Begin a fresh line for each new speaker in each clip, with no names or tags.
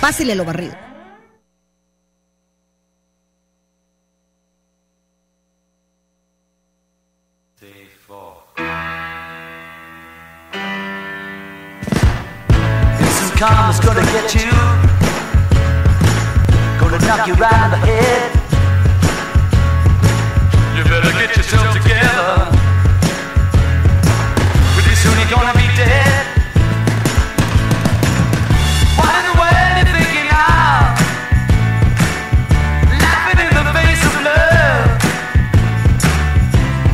Pásele lo barrido.
Some karma's gonna get you. Gonna knock you right in the head. You better get yourself together. Pretty soon you're gonna be dead. What in the world you thinking of? Laughing in the face of love.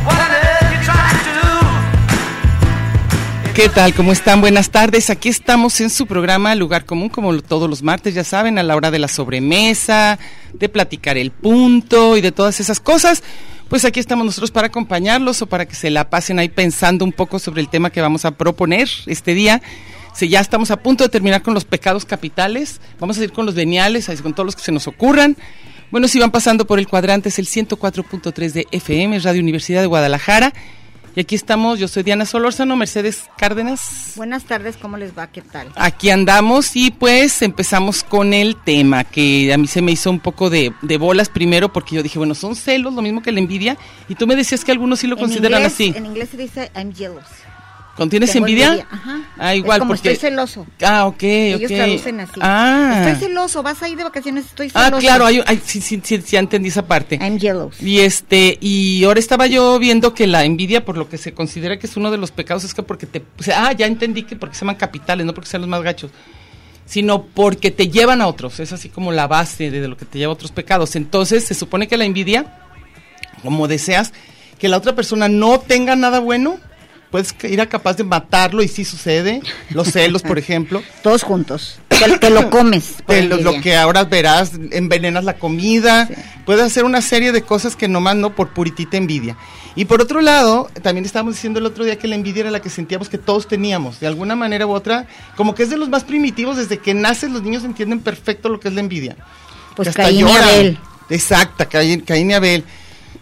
What on earth you trying to do?
¿Qué tal? ¿Cómo están? Buenas tardes. Aquí estamos en su programa Lugar Común, como lo- todos los martes, ya saben, a la hora de la sobremesa, de platicar el punto y de todas esas cosas. Pues aquí estamos nosotros para acompañarlos o para que se la pasen ahí pensando un poco sobre el tema que vamos a proponer este día. Si ya estamos a punto de terminar con los pecados capitales, vamos a ir con los veniales, ahí con todos los que se nos ocurran. Bueno, si van pasando por el cuadrante, es el 104.3 de FM, Radio Universidad de Guadalajara. Y aquí estamos, yo soy Diana Solórzano, Mercedes Cárdenas.
Buenas tardes, ¿cómo les va? ¿Qué tal?
Aquí andamos y pues empezamos con el tema, que a mí se me hizo un poco de, de bolas primero porque yo dije, bueno, son celos, lo mismo que la envidia. Y tú me decías que algunos sí lo
En
consideran
inglés-
así.
En inglés se dice I'm jealous.
¿Contienes
eh, Tengo
envidia?
Ajá.
Ah, igual,
es como
porque...
estoy celoso.
Ah, ok, ok.
Ellos traducen así.
Ah,
Estoy celoso, vas a ir de vacaciones, estoy
ah
celoso.
claro, hay, hay- sí, sí, sí, ya entendí esa parte.
I'm jealous.
Y este, y ahora estaba yo viendo que la envidia, por lo que se considera que es uno de los pecados, es que porque te. o sea, ah, ya entendí que porque se llaman capitales, no porque sean los más gachos, sino porque te llevan a otros. Es así como la base de, de lo que te lleva a otros pecados. Entonces, se supone que la envidia, como deseas, que la otra persona no tenga nada bueno, puedes que ir a capaz de matarlo, y sí sucede. Los celos, por ejemplo.
Todos juntos. Te, te lo comes. por
Te lo, lo
envidia.
que ahora verás, envenenas la comida,
Sí.
puedes hacer una serie de cosas que nomás no por puritita envidia. Y por otro lado, también estábamos diciendo el otro día que la envidia era la que sentíamos que todos teníamos, de alguna manera u otra, como que es de los más primitivos, desde que naces los niños entienden perfecto lo que es la envidia.
Pues
Que hasta
Caín y
lloran.
Abel.
Exacta, Caín, Caín y Abel.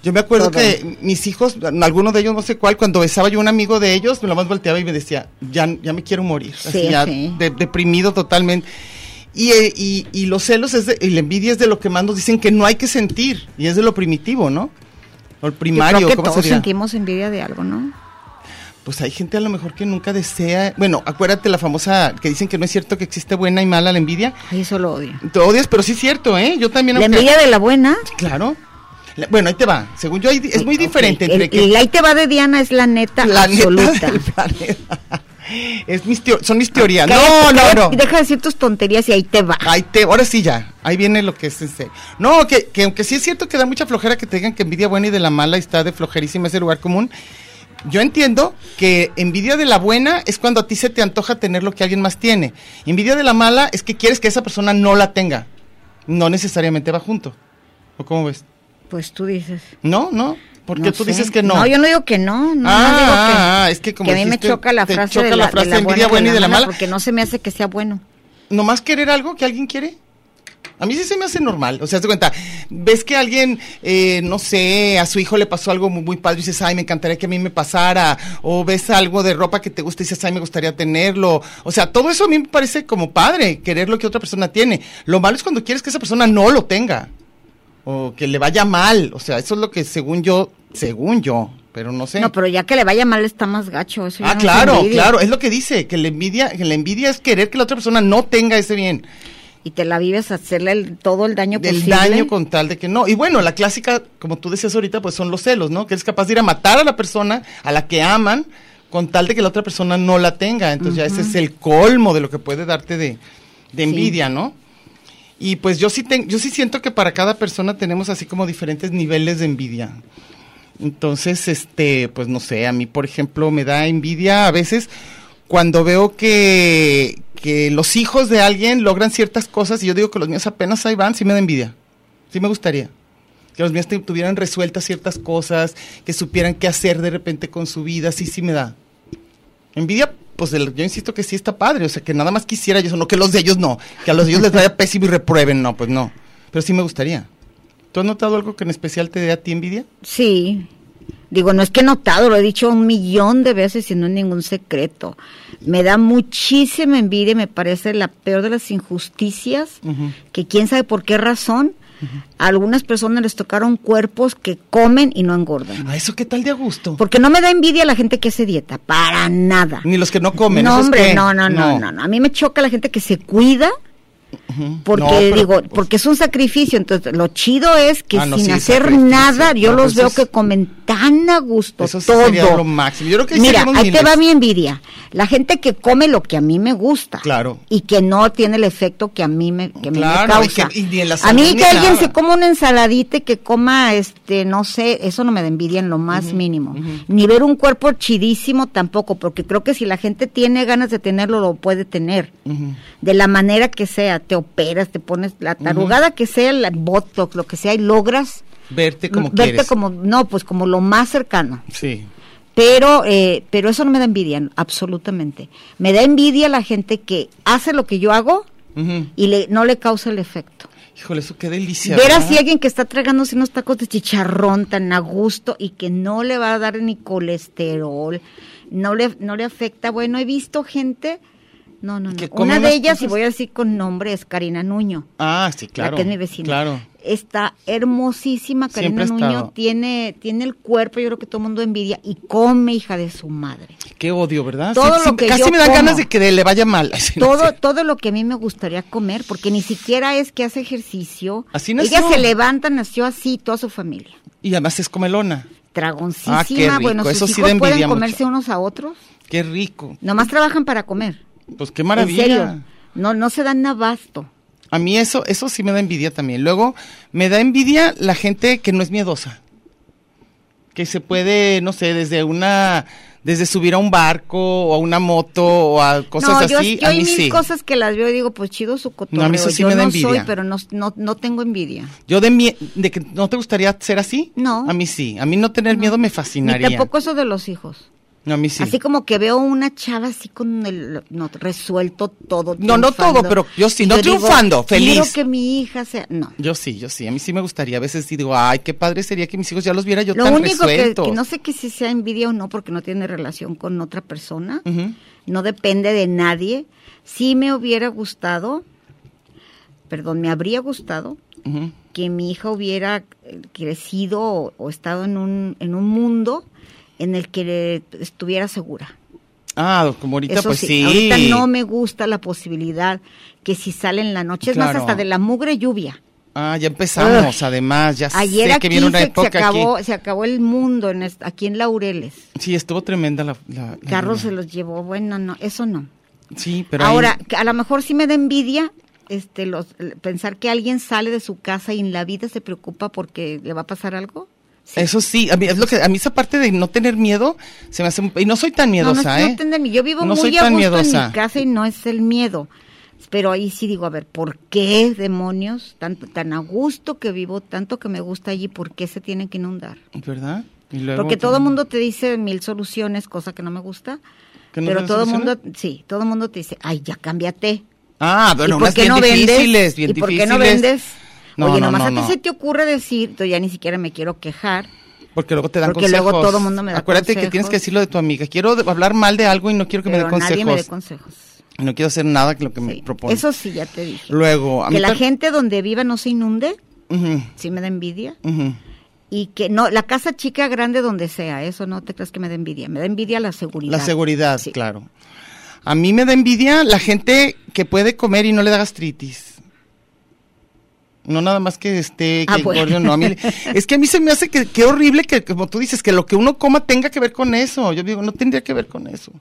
Yo me acuerdo
Todo.
que mis hijos, alguno de ellos, no sé cuál, cuando besaba yo a un amigo de ellos, me lo más volteaba y me decía, ya, ya me quiero morir. Así,
Sí,
ya
sí.
de- deprimido totalmente. Y, eh, y, y los celos es de- y la envidia es de lo que más nos dicen que no hay que sentir, y es de lo primitivo, ¿no? O el
Yo
primario,
creo que
¿cómo
todos
se dirá?
sentimos envidia de algo, ¿no?
Pues hay gente a lo mejor que nunca desea. Bueno, acuérdate la famosa que dicen que no es cierto que existe buena y mala la envidia.
Ay, eso lo odio.
Te odias, pero sí es cierto, ¿eh? Yo también.
La
aunque-
envidia de la buena.
Claro. La- Bueno, ahí te va. Según yo, ahí di- es muy
Ok,
diferente
El,
entre que
el ahí te va de Diana es la neta
la neta
absoluta. Ah,
del planeta. Es mis teo- son mis teorías.
Cállate,
No, no,
cállate,
no.
Deja de decir tus tonterías y ahí te va.
Ahí te, ahora sí ya, ahí viene lo que es en serio. No, que, que aunque sí es cierto que da mucha flojera que te digan que envidia buena y de la mala y está de flojerísima ese lugar común, yo entiendo que envidia de la buena es cuando a ti se te antoja tener lo que alguien más tiene. Envidia de la mala es que quieres que esa persona no la tenga. No necesariamente va junto. ¿O cómo ves?
Pues tú dices.
No, no, porque
no
tú
sé.
dices que no.
No, yo no digo que no. no, no
ah,
digo que,
ah, es que como
que a mí me
dijiste,
choca la
te
frase
choca
de
la
la,
frase
de la
envidia buena y de la mala.
Porque no se me hace que sea bueno.
nomás querer algo que alguien quiere. A mí sí se me hace normal. O sea, te cuenta, ves que alguien, eh, no sé, a su hijo le pasó algo muy, muy padre y dices, ay, me encantaría que a mí me pasara. O ves algo de ropa que te gusta y dices, ay, me gustaría tenerlo. O sea, todo eso a mí me parece como padre, querer lo que otra persona tiene. Lo malo es cuando quieres que esa persona no lo tenga. O que le vaya mal. O sea, eso es lo que según yo, según yo, pero no sé.
No, pero ya que le vaya mal está más gacho. Eso ya
Ah,
no es
claro,
envidia.
claro, es lo que dice, que la envidia, que la envidia es querer que la otra persona no tenga ese bien,
Y te la vives a hacerle el- todo el daño
el
posible.
daño con tal de que no. Y bueno, la clásica, como tú decías ahorita, pues son los celos, ¿no? Que eres capaz de ir a matar a la persona a la que aman con tal de que la otra persona no la tenga. Entonces ya ese es el colmo de lo que puede darte de, de envidia, ¿no? Y pues yo sí, ten- yo sí siento que para cada persona tenemos así como diferentes niveles de envidia. Entonces, este, pues no sé, a mí, por ejemplo, me da envidia a veces cuando veo que, que los hijos de alguien logran ciertas cosas y yo digo que los míos apenas ahí van, sí me da envidia. Sí me gustaría. Que los míos te- tuvieran resueltas ciertas cosas, que supieran qué hacer de repente con su vida, sí, sí me da. Envidia, pues el- yo insisto que sí está padre, o sea, que nada más quisiera yo eso, no que los de ellos no, que a los de ellos les vaya pésimo y reprueben, no, pues no. Pero sí me gustaría. ¿Tú has notado algo que en especial te dé a ti envidia?
Sí. Digo, no es que he notado, lo he dicho un millón de veces y no es ningún secreto. Me da muchísima envidia y me parece la peor de las injusticias,
Ujú.
que quién sabe por qué razón, a algunas personas les tocaron cuerpos que comen y no engordan.
¿A eso qué tal de a gusto?
Porque no me da envidia la gente que hace dieta, para nada.
Ni los que no comen.
No,
¿esos
hombre,
qué?
no, no, no, no, no. A mí me choca la gente que se cuida
Ujú.
porque
No, pero,
digo,
pues,
porque es un sacrificio, entonces lo chido es que
Ah, no,
sin
sí,
hacer
sacrificio.
nada, yo
No,
los
eso
veo
es-
que comen tan a gusto
Eso sí
todo.
sería lo máximo. Yo creo que ahí
Mira,
seríamos
ahí te
miles.
va mi envidia. La gente que come lo que a mí me gusta.
Claro.
Y que no tiene el efecto que a mí me, que a mí me
Claro, y
causa.
que- y ni en la
a mí
salud ni
que alguien
nada.
se coma una ensaladita y que coma, este, no sé, eso no me da envidia en lo más mínimo. Ni ver un cuerpo chidísimo tampoco, porque creo que si la gente tiene ganas de tenerlo, lo puede tener
Ujú.
de la manera que sea, te operas, te pones la tarugada que sea, el botox, lo que sea, y logras
Verte como
verte
quieres.
como, no, pues como lo más cercano.
Sí.
Pero, eh, pero eso no me da envidia, absolutamente. Me da envidia la gente que hace lo que yo hago
Ujú.
y le, no le causa el efecto.
Híjole, eso qué delicia.
Ver
¿verdad?
así a alguien que está tragándose unos tacos de chicharrón tan a gusto y que no le va a dar ni colesterol, no le, no le afecta. Bueno, he visto gente, no, no, no.
Que come
Una
unas
de ellas, y
cosas-
voy a decir con nombre, es Karina Nuño,
Ah, sí, claro.
la que es mi vecina.
Claro.
Está hermosísima Karina
Siempre ha
Nuño,
estado.
tiene, tiene el cuerpo, yo creo que todo el mundo envidia, y come hija de su madre.
Qué odio, ¿verdad?
Todo lo que
casi
yo
me dan
como.
ganas de que le vaya mal. Ay, sí, no
todo,
sé.
todo lo que a mí me gustaría comer, porque ni siquiera es que hace ejercicio.
Así
Ella
nació.
se levanta, nació así, toda su familia.
Y además es comelona.
dragoncísima.
Ah, qué rico,
Bueno, sus
eso sí
hijos
da
pueden
envidia
comerse
mucho.
unos a otros.
Qué rico.
Nomás trabajan para comer.
Pues qué maravilla.
En serio. No, no se dan abasto.
A mí eso, eso sí me da envidia también. Luego, me da envidia la gente que no es miedosa. Que se puede, no sé, desde una, desde subir a un barco o a una moto o a cosas
no, yo,
así,
yo
a
hay
mí
mil
sí.
cosas que las veo y digo, pues chido su cotorreo.
No, a mí eso sí
yo
me da
no
envidia.
soy, pero no, no, no tengo envidia.
Yo de mie- de que no te gustaría ser así.
No.
A mí sí. A mí no tener miedo me fascinaría.
Ni tampoco eso de los hijos.
No, a mí sí.
Así como que veo una chava así con el no, resuelto todo.
No, no
triunfando.
todo, pero yo sí,
Y
no
digo,
triunfando,
Quiero
feliz.
que mi hija sea. No.
Yo sí, yo sí. A mí sí me gustaría. A veces sí digo, ay, qué padre sería que mis hijos ya los viera yo
Lo
tan
único que,
resueltos.
que no sé que si sea envidia o no, porque no tiene relación con otra persona.
Ujú.
no depende de nadie. Sí me hubiera gustado, perdón, me habría gustado
Ujú.
que mi hija hubiera eh, crecido o, o estado en un, en un mundo en el que estuviera segura.
Ah, como ahorita,
Eso
pues
sí,
sí.
ahorita no me gusta la posibilidad que si sale en la noche, es más,
Claro.
hasta de la mugre lluvia.
Ah, ya empezamos, además, ya
Ayer
sé
aquí
que viene una
se, se
época
acabó,
aquí.
se acabó el mundo en est- aquí en Laureles.
Sí, estuvo tremenda la... la- la-
Carros se los llevó, bueno, no, eso no.
Sí, pero
Ahora,
ahí-
que a lo mejor sí me da envidia este, los, el pensar que alguien sale de su casa y en la vida se preocupa porque le va a pasar algo. Sí.
Eso sí, a mí, es lo que, a mí esa parte de no tener miedo se me hace... un- Y no soy tan
No, no,
miedosa,
no
¿eh?
tener miedo. yo vivo
No
muy
soy
a
tan
gusto en
miedosa.
mi casa y no es el miedo. Pero ahí sí digo, a ver, ¿por qué demonios? Tan, tan a gusto que vivo, tanto que me gusta allí, ¿por qué se tienen que inundar?
¿Verdad? Y luego
Porque todo el
también-
mundo te dice mil soluciones, cosa que no me gusta.
¿Que no
pero
te
todo el
soluciona?
mundo, sí, todo el mundo te dice, ay, ya cámbiate.
Ah, bueno,
¿Y por
unas
qué
bien
no vendes?
difíciles, bien
¿Y por qué no
difíciles.
vendes?
No,
Oye,
no,
nomás
no,
a ti
no.
se te ocurre decir, yo ya ni siquiera me quiero quejar.
Porque luego te dan
Porque
consejos.
luego todo mundo me da
Acuérdate que tienes
consejos.
que decirlo de tu amiga. Quiero de- hablar mal de algo y no quiero que me
pero
dé
nadie
consejos.
me dé consejos.
Y No quiero hacer nada que lo que
Sí,
me propone.
Eso sí, ya te dije.
Luego, a
que
mí
la
tam-
gente donde viva no se inunde,
Ujú,
sí me da envidia.
ujú.
Y que no, la casa chica, grande, donde sea, eso no te creas que me da envidia. Me da envidia la seguridad.
La seguridad,
Sí.
claro. A mí me da envidia la gente que puede comer y no le da gastritis. No nada más que esté
Ah,
que
bueno.
engorde o no. A mí- es que a mí se me hace que qué horrible que, como tú dices, que lo que uno coma tenga que ver con eso. Yo digo, no tendría que ver con eso.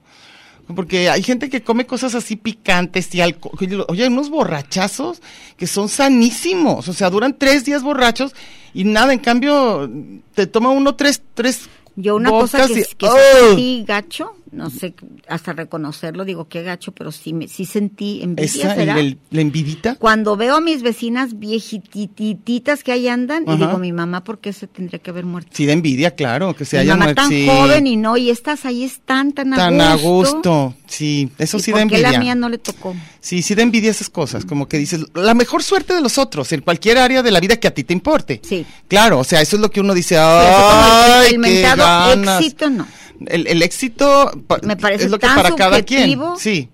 Porque hay gente que come cosas así picantes y alcohol. Oye, hay unos borrachazos que son sanísimos. O sea, duran tres días borrachos y nada. En cambio, te toma uno tres, tres.
Yo una cosa
vodkas
que,
y-
que
¡Ugh!
sentí gacho, no sé, hasta reconocerlo digo qué gacho, pero sí me, sí sentí envidia,
Esa, el-
¿será?
el- la envidita.
Cuando veo a mis vecinas viejitititas que ahí andan y
Ajá.
digo, mi mamá, ¿por qué se tendría que haber muerto?
Sí, de envidia, claro, que se
mi
haya
mamá
muer-
tan
sí,
joven y no, y estas ahí están tan,
tan
a
a
gusto.
gusto. Sí, eso
¿Y
sí
por
da
qué
envidia.
la mía no le tocó?
Sí, sí da envidia esas cosas, como que dices, la mejor suerte de los otros, en cualquier área de la vida que a ti te importe.
Sí.
Claro, o sea, eso es lo que uno dice,
Pero eso como
ay,
el, el
qué
mentado
ganas".
éxito no.
El, el éxito pa-
Me parece
es lo que
tan
para cada quien.
subjetivo.
Sí.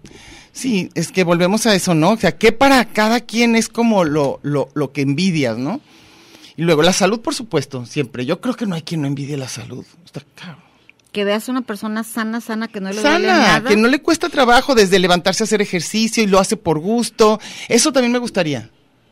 Sí, es que volvemos a eso, ¿no? O sea, que para cada quien es como lo, lo, lo que envidias, ¿no? Y luego la salud, por supuesto, siempre. Yo creo que no hay quien no envidie la salud. Está cabrón.
Que veas a una persona sana, sana, que no le duele
sana,
nada.
que no le cuesta trabajo desde levantarse a hacer ejercicio y lo hace por gusto. Eso también me gustaría.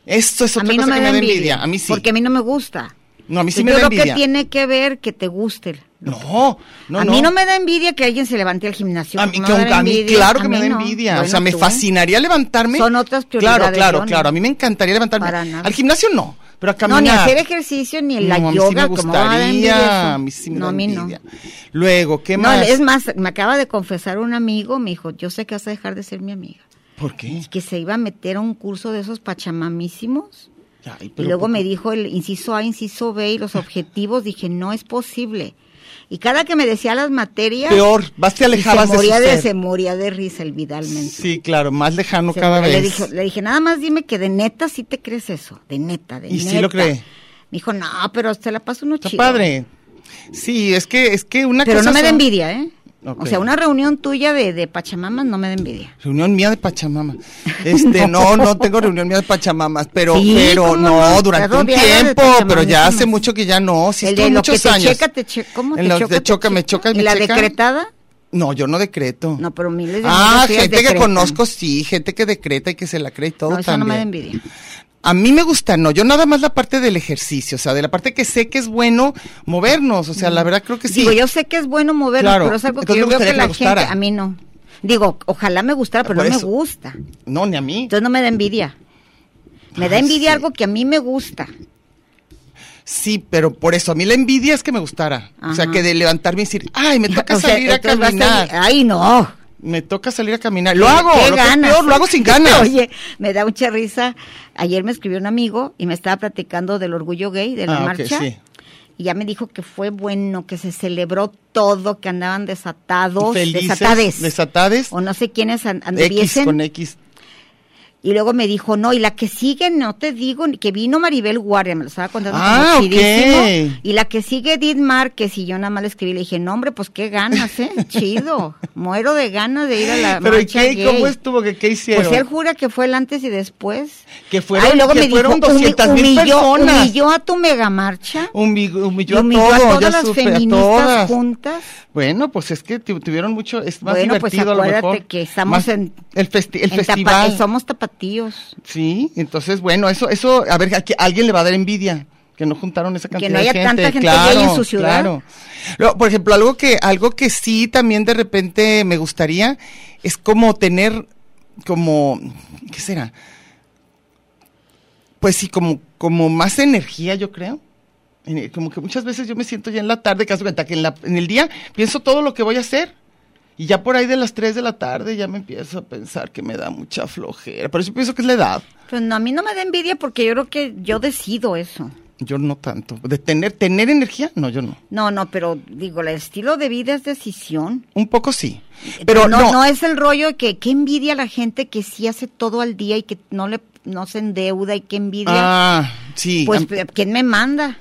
Eso es
a
otra
mí no
cosa
me
que
da
me da
envidia,
envidia. A mí sí.
Porque a mí no me gusta.
no, a mí sí me
Yo
da
creo que
envidia.
tiene que ver que te guste.
No, no,
a mí no me da envidia que alguien se levante al gimnasio.
A mí,
no
que
me
aunque-
da
a mí
envidia.
claro que
A
me
mí
da
no.
envidia. o
Bueno,
sea, me
tú, ¿eh?
fascinaría levantarme.
Son otras prioridades,
Claro, claro,
yo no.
claro. A mí me encantaría levantarme.
Para nada.
Al gimnasio no, pero a
No,
caminar.
ni hacer ejercicio, ni la
No, a mí sí
yoga.
me
como va a dar envidia eso.
gustaría. A mí sí me
no,
da
a mí no.
envidia. Luego, ¿qué
No,
más?
es más, me acaba de confesar un amigo, me dijo, yo sé que vas a dejar de ser mi amiga.
¿Por qué?
Que se iba a meter a un curso de esos pachamamísimos.
Ay,
Y
pero
luego
¿por
me
qué?
dijo el inciso A, inciso B y los objetivos. Dije, no es posible. Y cada que me decía las materias.
Peor, vas
y se
te alejabas de su
moría de,
ser.
Se moría de risa el Vidal Mendoza.
Sí, claro, más lejano
Se
cada
moría.
vez.
Le dije, le dije, nada más dime que de neta sí te crees eso. De neta, de
Y
neta.
sí lo cree.
Me dijo, no, pero se la paso uno
Está
chido.
padre. Sí, es que es que una
Pero
cosa
no me da
son-
envidia, ¿eh?
Ok.
O sea, una reunión tuya de, de Pachamamas no me da envidia.
Reunión mía de Pachamama. Este, no. no, tengo reunión mía de Pachamamas, pero,
Sí,
pero
¿cómo
no,
no?
durante
Estás
un
rodeada de
tiempo, pero ya hace
pachamamismos.
mucho que ya no, sí
el
estuve
de lo que
muchos
te
años.
checa, te checa. ¿Cómo
En
te
los
choca?
de
te
choca, me choca,
¿Y
me
la
checa?
decretada?
No, yo no decreto.
No, pero miles de
ah,
mujeres
gente que
decretan.
conozco, sí, gente que decreta y que se la cree y todo
No, eso no me da
también.
envidia.
A mí me gusta, no, yo nada más la parte del ejercicio, o sea, de la parte que sé que es bueno movernos, o sea, la verdad creo que sí.
Digo, yo sé que es bueno movernos,
Claro.
pero es algo que
Entonces
yo
me
veo que
gustaría
la
que me
gente,
gustara.
a mí no. Digo, ojalá me gustara, pero
Por
no me
eso.
gusta.
No, ni a mí.
Entonces no me da envidia. Me da
Ay,
envidia
sí.
algo que a mí me gusta.
Sí, pero por eso, a mí la envidia es que me gustara. O sea,
Ajá.
que de levantarme y decir, ay, me toca
O sea,
salir a
entonces vas
caminar.
Ay, no.
Me toca salir a caminar. Lo hago,
Qué
lo que es
ganas.
peor, lo hago sin ganas. Ah,
Oye, me da mucha risa. Ayer me escribió un amigo y me estaba platicando del orgullo gay, de la
Ah, ok,
marcha.
sí.
Y ya me dijo que fue bueno, que se celebró todo, que andaban desatados,
Felices,
desatades.
desatades.
O no sé quiénes an-
X
anduviesen.
con X.
Y luego me dijo, no, y la que sigue, no te digo, ni- que vino Maribel Guardia, me lo estaba contando
Ah,
como chidísimo.
ok.
Y la que sigue Edith Márquez, y yo nada más le escribí, le dije, no, hombre, pues qué ganas, ¿eh? Chido, muero de ganas de ir a la
Pero ¿y
marcha
qué?
gay.
¿Cómo estuvo? ¿Qué, qué hicieron?
Pues él jura que fue el antes y después.
Que fueron-
Ay, luego
que
me dijo,
fueron 200,000
humi- humilló-
personas.
Humilló a tu megamarcha.
Humi- humilló,
humilló
a
a
todo,
todas
ya
las
supe, a
feministas
todas.
juntas.
Bueno, pues es que tu- tuvieron mucho, es más
bueno, pues
divertido a lo
acuérdate
mejor.
que estamos
Más-
en,
el, festi- el
en tapa-
festival.
somos tapatíos.
Sí, entonces, bueno, eso, eso, a ver, aquí alguien le va a dar envidia que no juntaron esa
Que
cantidad
no haya
de gente.
tanta gente
claro,
gay en su ciudad.
Claro. Luego, por ejemplo, algo que, algo que sí también de repente me gustaría es como tener, como, ¿qué será? Pues sí, como, como más energía, yo creo. En- Como que muchas veces yo me siento ya en la tarde, que haz de cuenta que en, la- en el día pienso todo lo que voy a hacer. Y ya por ahí de las 3 de la tarde ya me empiezo a pensar que me da mucha flojera. Por eso pienso que es la edad.
Pues no, a mí no me da envidia porque yo creo que yo decido eso.
Yo no tanto. De tener, tener energía, no, yo no.
No, no, pero digo, el estilo de vida es decisión.
Un poco sí. Pero
Eh, no,
no.
es el rollo que qué envidia la gente que sí hace todo al día y que no le no se endeuda y qué envidia.
Ah, sí.
pues
am-
quién me manda.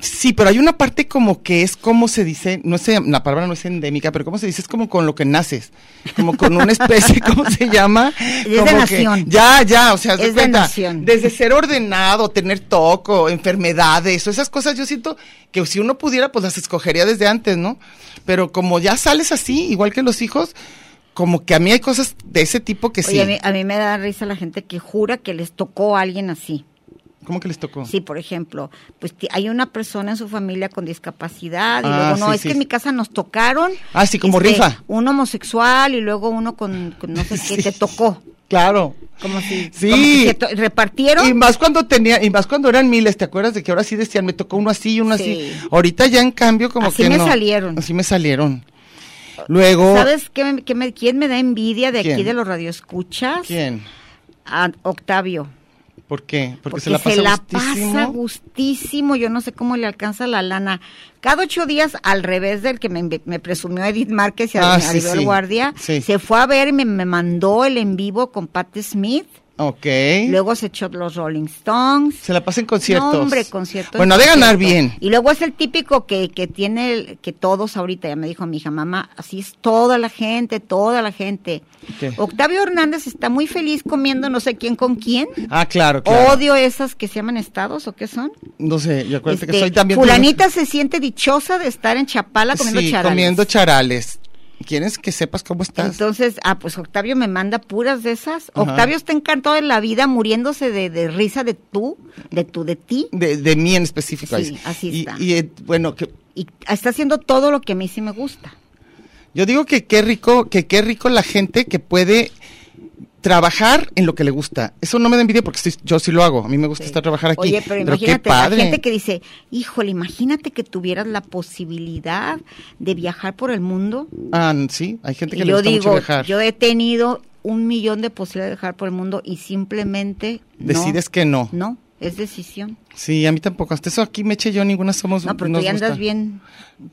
sí, pero hay una parte como que es como se dice, no sé, la palabra no es endémica, pero como se dice, es como con lo que naces. Como con una especie, ¿cómo se llama?
de
Como que-
nación.
ya, ya, o sea, haz
Es de
cuenta,
nación.
Desde ser ordenado, tener toco, enfermedades, o esas cosas, yo siento que si uno pudiera, pues las escogería desde antes, ¿no? Pero como ya sales así, igual que los hijos, como que a mí hay cosas de ese tipo que sí.
Oye, a mí, a mí me da risa la gente que jura que les tocó a alguien así.
¿Cómo que les tocó?
Sí, por ejemplo, pues ti- hay una persona en su familia con discapacidad y
Ah,
luego no,
sí,
es
sí.
que en mi casa nos tocaron. este,
Ah, sí, como rifa.
Un homosexual y luego uno con, con no sé qué te tocó.
Claro.
Como si,
Sí.
como si se to- repartieron.
Y más cuando tenía, y más cuando eran miles, ¿te acuerdas de que ahora sí decían, me tocó uno así y uno
Sí.
así? Ahorita ya en cambio como
Así
que
me
no.
salieron.
Así me salieron. Luego,
¿Sabes qué me- qué me- quién me da envidia de aquí
¿Quién?
de los radioescuchas?
¿quién?
A Octavio.
¿Por qué? Porque,
Porque
se la pasa gustísimo.
pasa gustísimo. Yo no sé cómo le alcanza la lana. Cada ocho días, al revés del que me, inve- me presumió Edith Márquez y a
Ah,
doña
sí,
Maribel
sí.
Guardia,
Sí.
se fue a ver y me, me mandó el en vivo con Pat Smith.
Ok.
Luego se echó los Rolling Stones.
se la pasa en conciertos.
No, hombre, conciertos.
Bueno, ha de ganar
conciertos.
bien.
Y luego es el típico que, que tiene, el- que todos ahorita, ya me dijo mi hija, mamá, así es toda la gente, toda la gente.
¿Qué?
Octavio Hernández está muy feliz comiendo no sé quién con quién.
Ah, claro, claro.
Odio esas que se llaman estados o qué son.
No sé, y acuérdate que
Este,
soy también...
fulanita se siente dichosa de estar en Chapala comiendo
sí,
charales.
comiendo charales. ¿Quieres que sepas cómo estás?
Entonces, ah, pues Octavio me manda puras de esas.
Ajá.
Octavio está encantado de la vida, muriéndose de, de risa de tú, de tú, de ti.
de, de mí en específico.
Sí,
ahí.
así
Y-
está.
Y, eh, bueno, que,
Y está haciendo todo lo que a mí sí me gusta.
yo digo que qué rico, que qué rico la gente que puede trabajar en lo que le gusta. Eso no me da envidia porque sí- yo sí lo hago. A mí me gusta estar trabajar aquí.
Oye, pero
qué
imagínate, la
padre.
gente que dice, híjole, imagínate que tuvieras la posibilidad de viajar por el mundo.
Ah, sí, hay gente que
Y
le
yo
gusta mucho
digo,
viajar.
yo he tenido un millón de posibilidades de viajar por el mundo y simplemente no.
Decides que no.
No, es decisión.
Sí, a mí tampoco. Hasta eso aquí me eché yo ninguna somos
No, pero
nos
tú ya andas
gusta.
bien.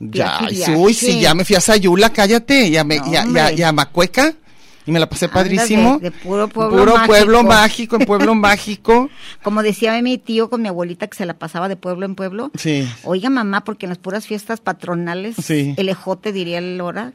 Ya,
viaje,
ay, sí,
viaje.
uy, sí, ya me fui a Sayula, cállate, y a, me-
No,
y a- y a-
hombre.
y a Macueca, y me la pasé
Andas
padrísimo.
de- de puro pueblo
Puro
mágico.
pueblo mágico, en pueblo mágico.
Como decía mi tío con mi abuelita que se la pasaba de pueblo en pueblo.
Sí.
Oiga, mamá, porque en las puras fiestas patronales,
Sí.
el ejote, diría el Lora,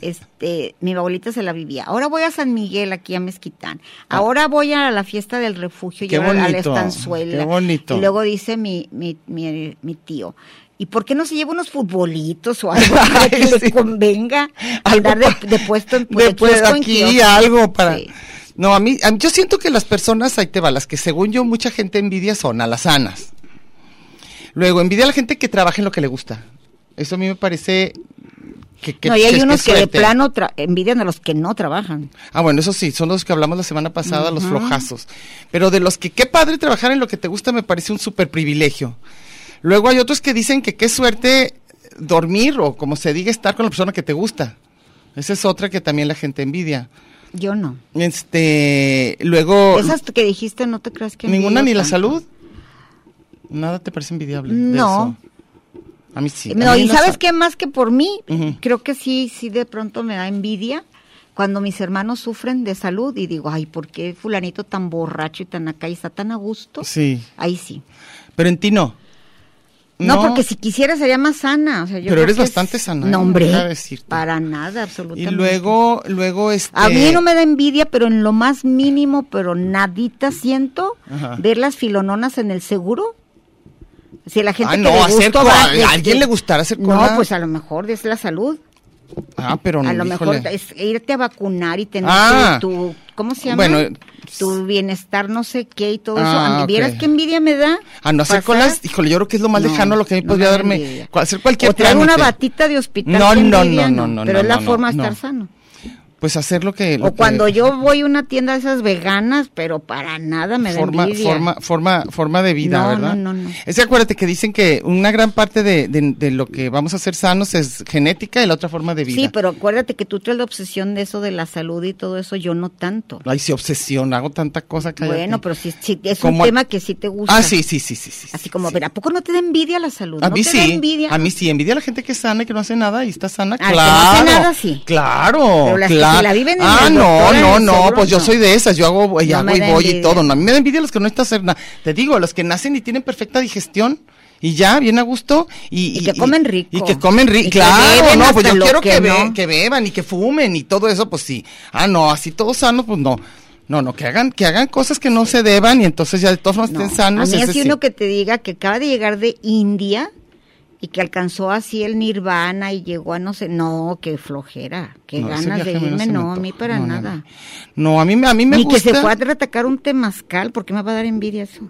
este, mi abuelita se la vivía. Ahora voy a San Miguel, aquí a Mezquitán. Ahora voy a la fiesta del refugio y
Ah. Qué
ahora a la
bonito,
estanzuela.
qué bonito.
Y luego dice mi, mi, mi, mi tío. ¿Y por qué no se lleva unos futbolitos o algo para que
Ay,
le
sí.
convenga
Algo
andar de,
pa-
de puesto en
de pues,
kiosco en
aquí
kiosco?
algo para
Sí.
no a mí, a mí- yo siento que las personas ahí te va las que según yo mucha gente envidia son alazanas luego envidia a la gente que trabaja en lo que le gusta eso a mí me parece que, que-
no, y hay
que es-
unos
que
que
es
de
suerte.
plano tra- envidian a los que no trabajan.
ah bueno eso sí son los que hablamos la semana pasada los flojazos pero de los que qué padre trabajar en lo que te gusta me parece un súper privilegio luego hay otros que dicen que qué suerte dormir o como se diga estar con la persona que te gusta esa es otra que también la gente envidia
Yo no.
Este, luego
Esas que dijiste, no te creas que...
ninguna
envidio
ni la
tanto.
salud. Nada te parece envidiable. de
No.
eso? A mí sí.
No,
A mí
y
no
sabes
sa-
qué más que por mí,
Ujú.
creo que sí, sí de pronto me da envidia cuando mis hermanos sufren de salud y digo, ay, ¿por qué fulanito tan borracho y tan acá y está tan a gusto?
Sí,
Ahí sí.
pero en ti no.
No, porque si quisiera sería más sana. o sea, yo
Pero
creo
eres
que es-
bastante sana, ¿eh?
No, hombre,
Deja decirte.
para nada,
Y
absolutamente.
luego, luego este.
A mí no me da envidia, pero en lo más mínimo, pero nadita siento
Ajá.
ver las filononas en el seguro. Si a la gente
Ah,
que
no,
le
hacer
gustó
cola,
va-
¿a
de-
alguien
de-
le gustará hacer
No,
cola?
pues a lo mejor es la salud.
Ah, pero no.
a lo
híjole.
mejor es irte a vacunar y tener
Ah.
tu, tu- ¿cómo se llama?
Bueno,
tu bienestar, no sé qué y todo eso.
Ah,
Aunque ¿Vieras
ok.
qué envidia me da?
Ah, no, hacer
pasar?
colas, híjole, yo creo que es lo más
No,
lejano a lo que a mí
no
podría
me da
darme.
envidia.
cu- Hacer cualquier
O traer una
trámite.
batita de hospital.
No,
qué
no,
envidia,
no, no, no,
Pero es
no,
la
no,
forma de
no.
estar sano.
Pues hacer lo que. lo
O
que-
cuando yo voy a una tienda de esas veganas, pero para nada me da
forma,
envidia.
forma, forma, forma de vida,
No,
¿verdad?
no, no, no.
Es que acuérdate que dicen que una gran parte de, de- de lo que vamos a hacer sanos es genética y la otra forma de vida.
Sí, pues. pero acuérdate que tú traes la obsesión de eso de la salud y todo eso, yo no tanto.
Ay, sí, obsesión, hago tanta cosa que
Bueno, pero sí, sí, es un
Como-
tema que sí te gusta.
Ah, sí, sí, sí, sí. sí,
Así
sí,
como,
sí.
pero ¿a poco no te da envidia la salud?
A
¿No
mí
te da
sí,
envidia?
a mí sí, envidia a la gente que es sana y que no hace nada y está sana,
Ah, que
claro.
no hace nada, sí.
Claro,
Pero las que
claro.
se la viven en
Ah,
el
no,
doctor, en
no,
el
no,
seguro,
pues yo
no.
soy de esas, yo hago y
No
hago
me
y
da
voy y
envidia.
todo. No, a mí me da envidia los que no están hacer nada. Te digo, los que nacen y tienen perfecta digestión y ya, bien a gusto. Y,
Y que comen rico.
Y que comen
Y
rico,
que
claro,
beben
no, pues
hasta
yo
lo
quiero
que
que, be-
no.
que beban y que fumen y todo eso, pues sí. Ah, no, así todos sanos, pues no. No, no, que hagan, que hagan cosas que no se deban y entonces ya de todos formas
No,
estén sanos.
A mí
ese
así
sí.
uno que te diga que acaba de llegar de India y que alcanzó así el nirvana y llegó a no sé, no, qué flojera, qué
No, ese
ganas de
viaje a mí no
irme,
se me
no, a
antoja.
mí para
No, no,
nada.
No, No, a mí, me- a mí me
Ni
gusta.
que se fue a atacar un temazcal, porque me va a dar envidia eso?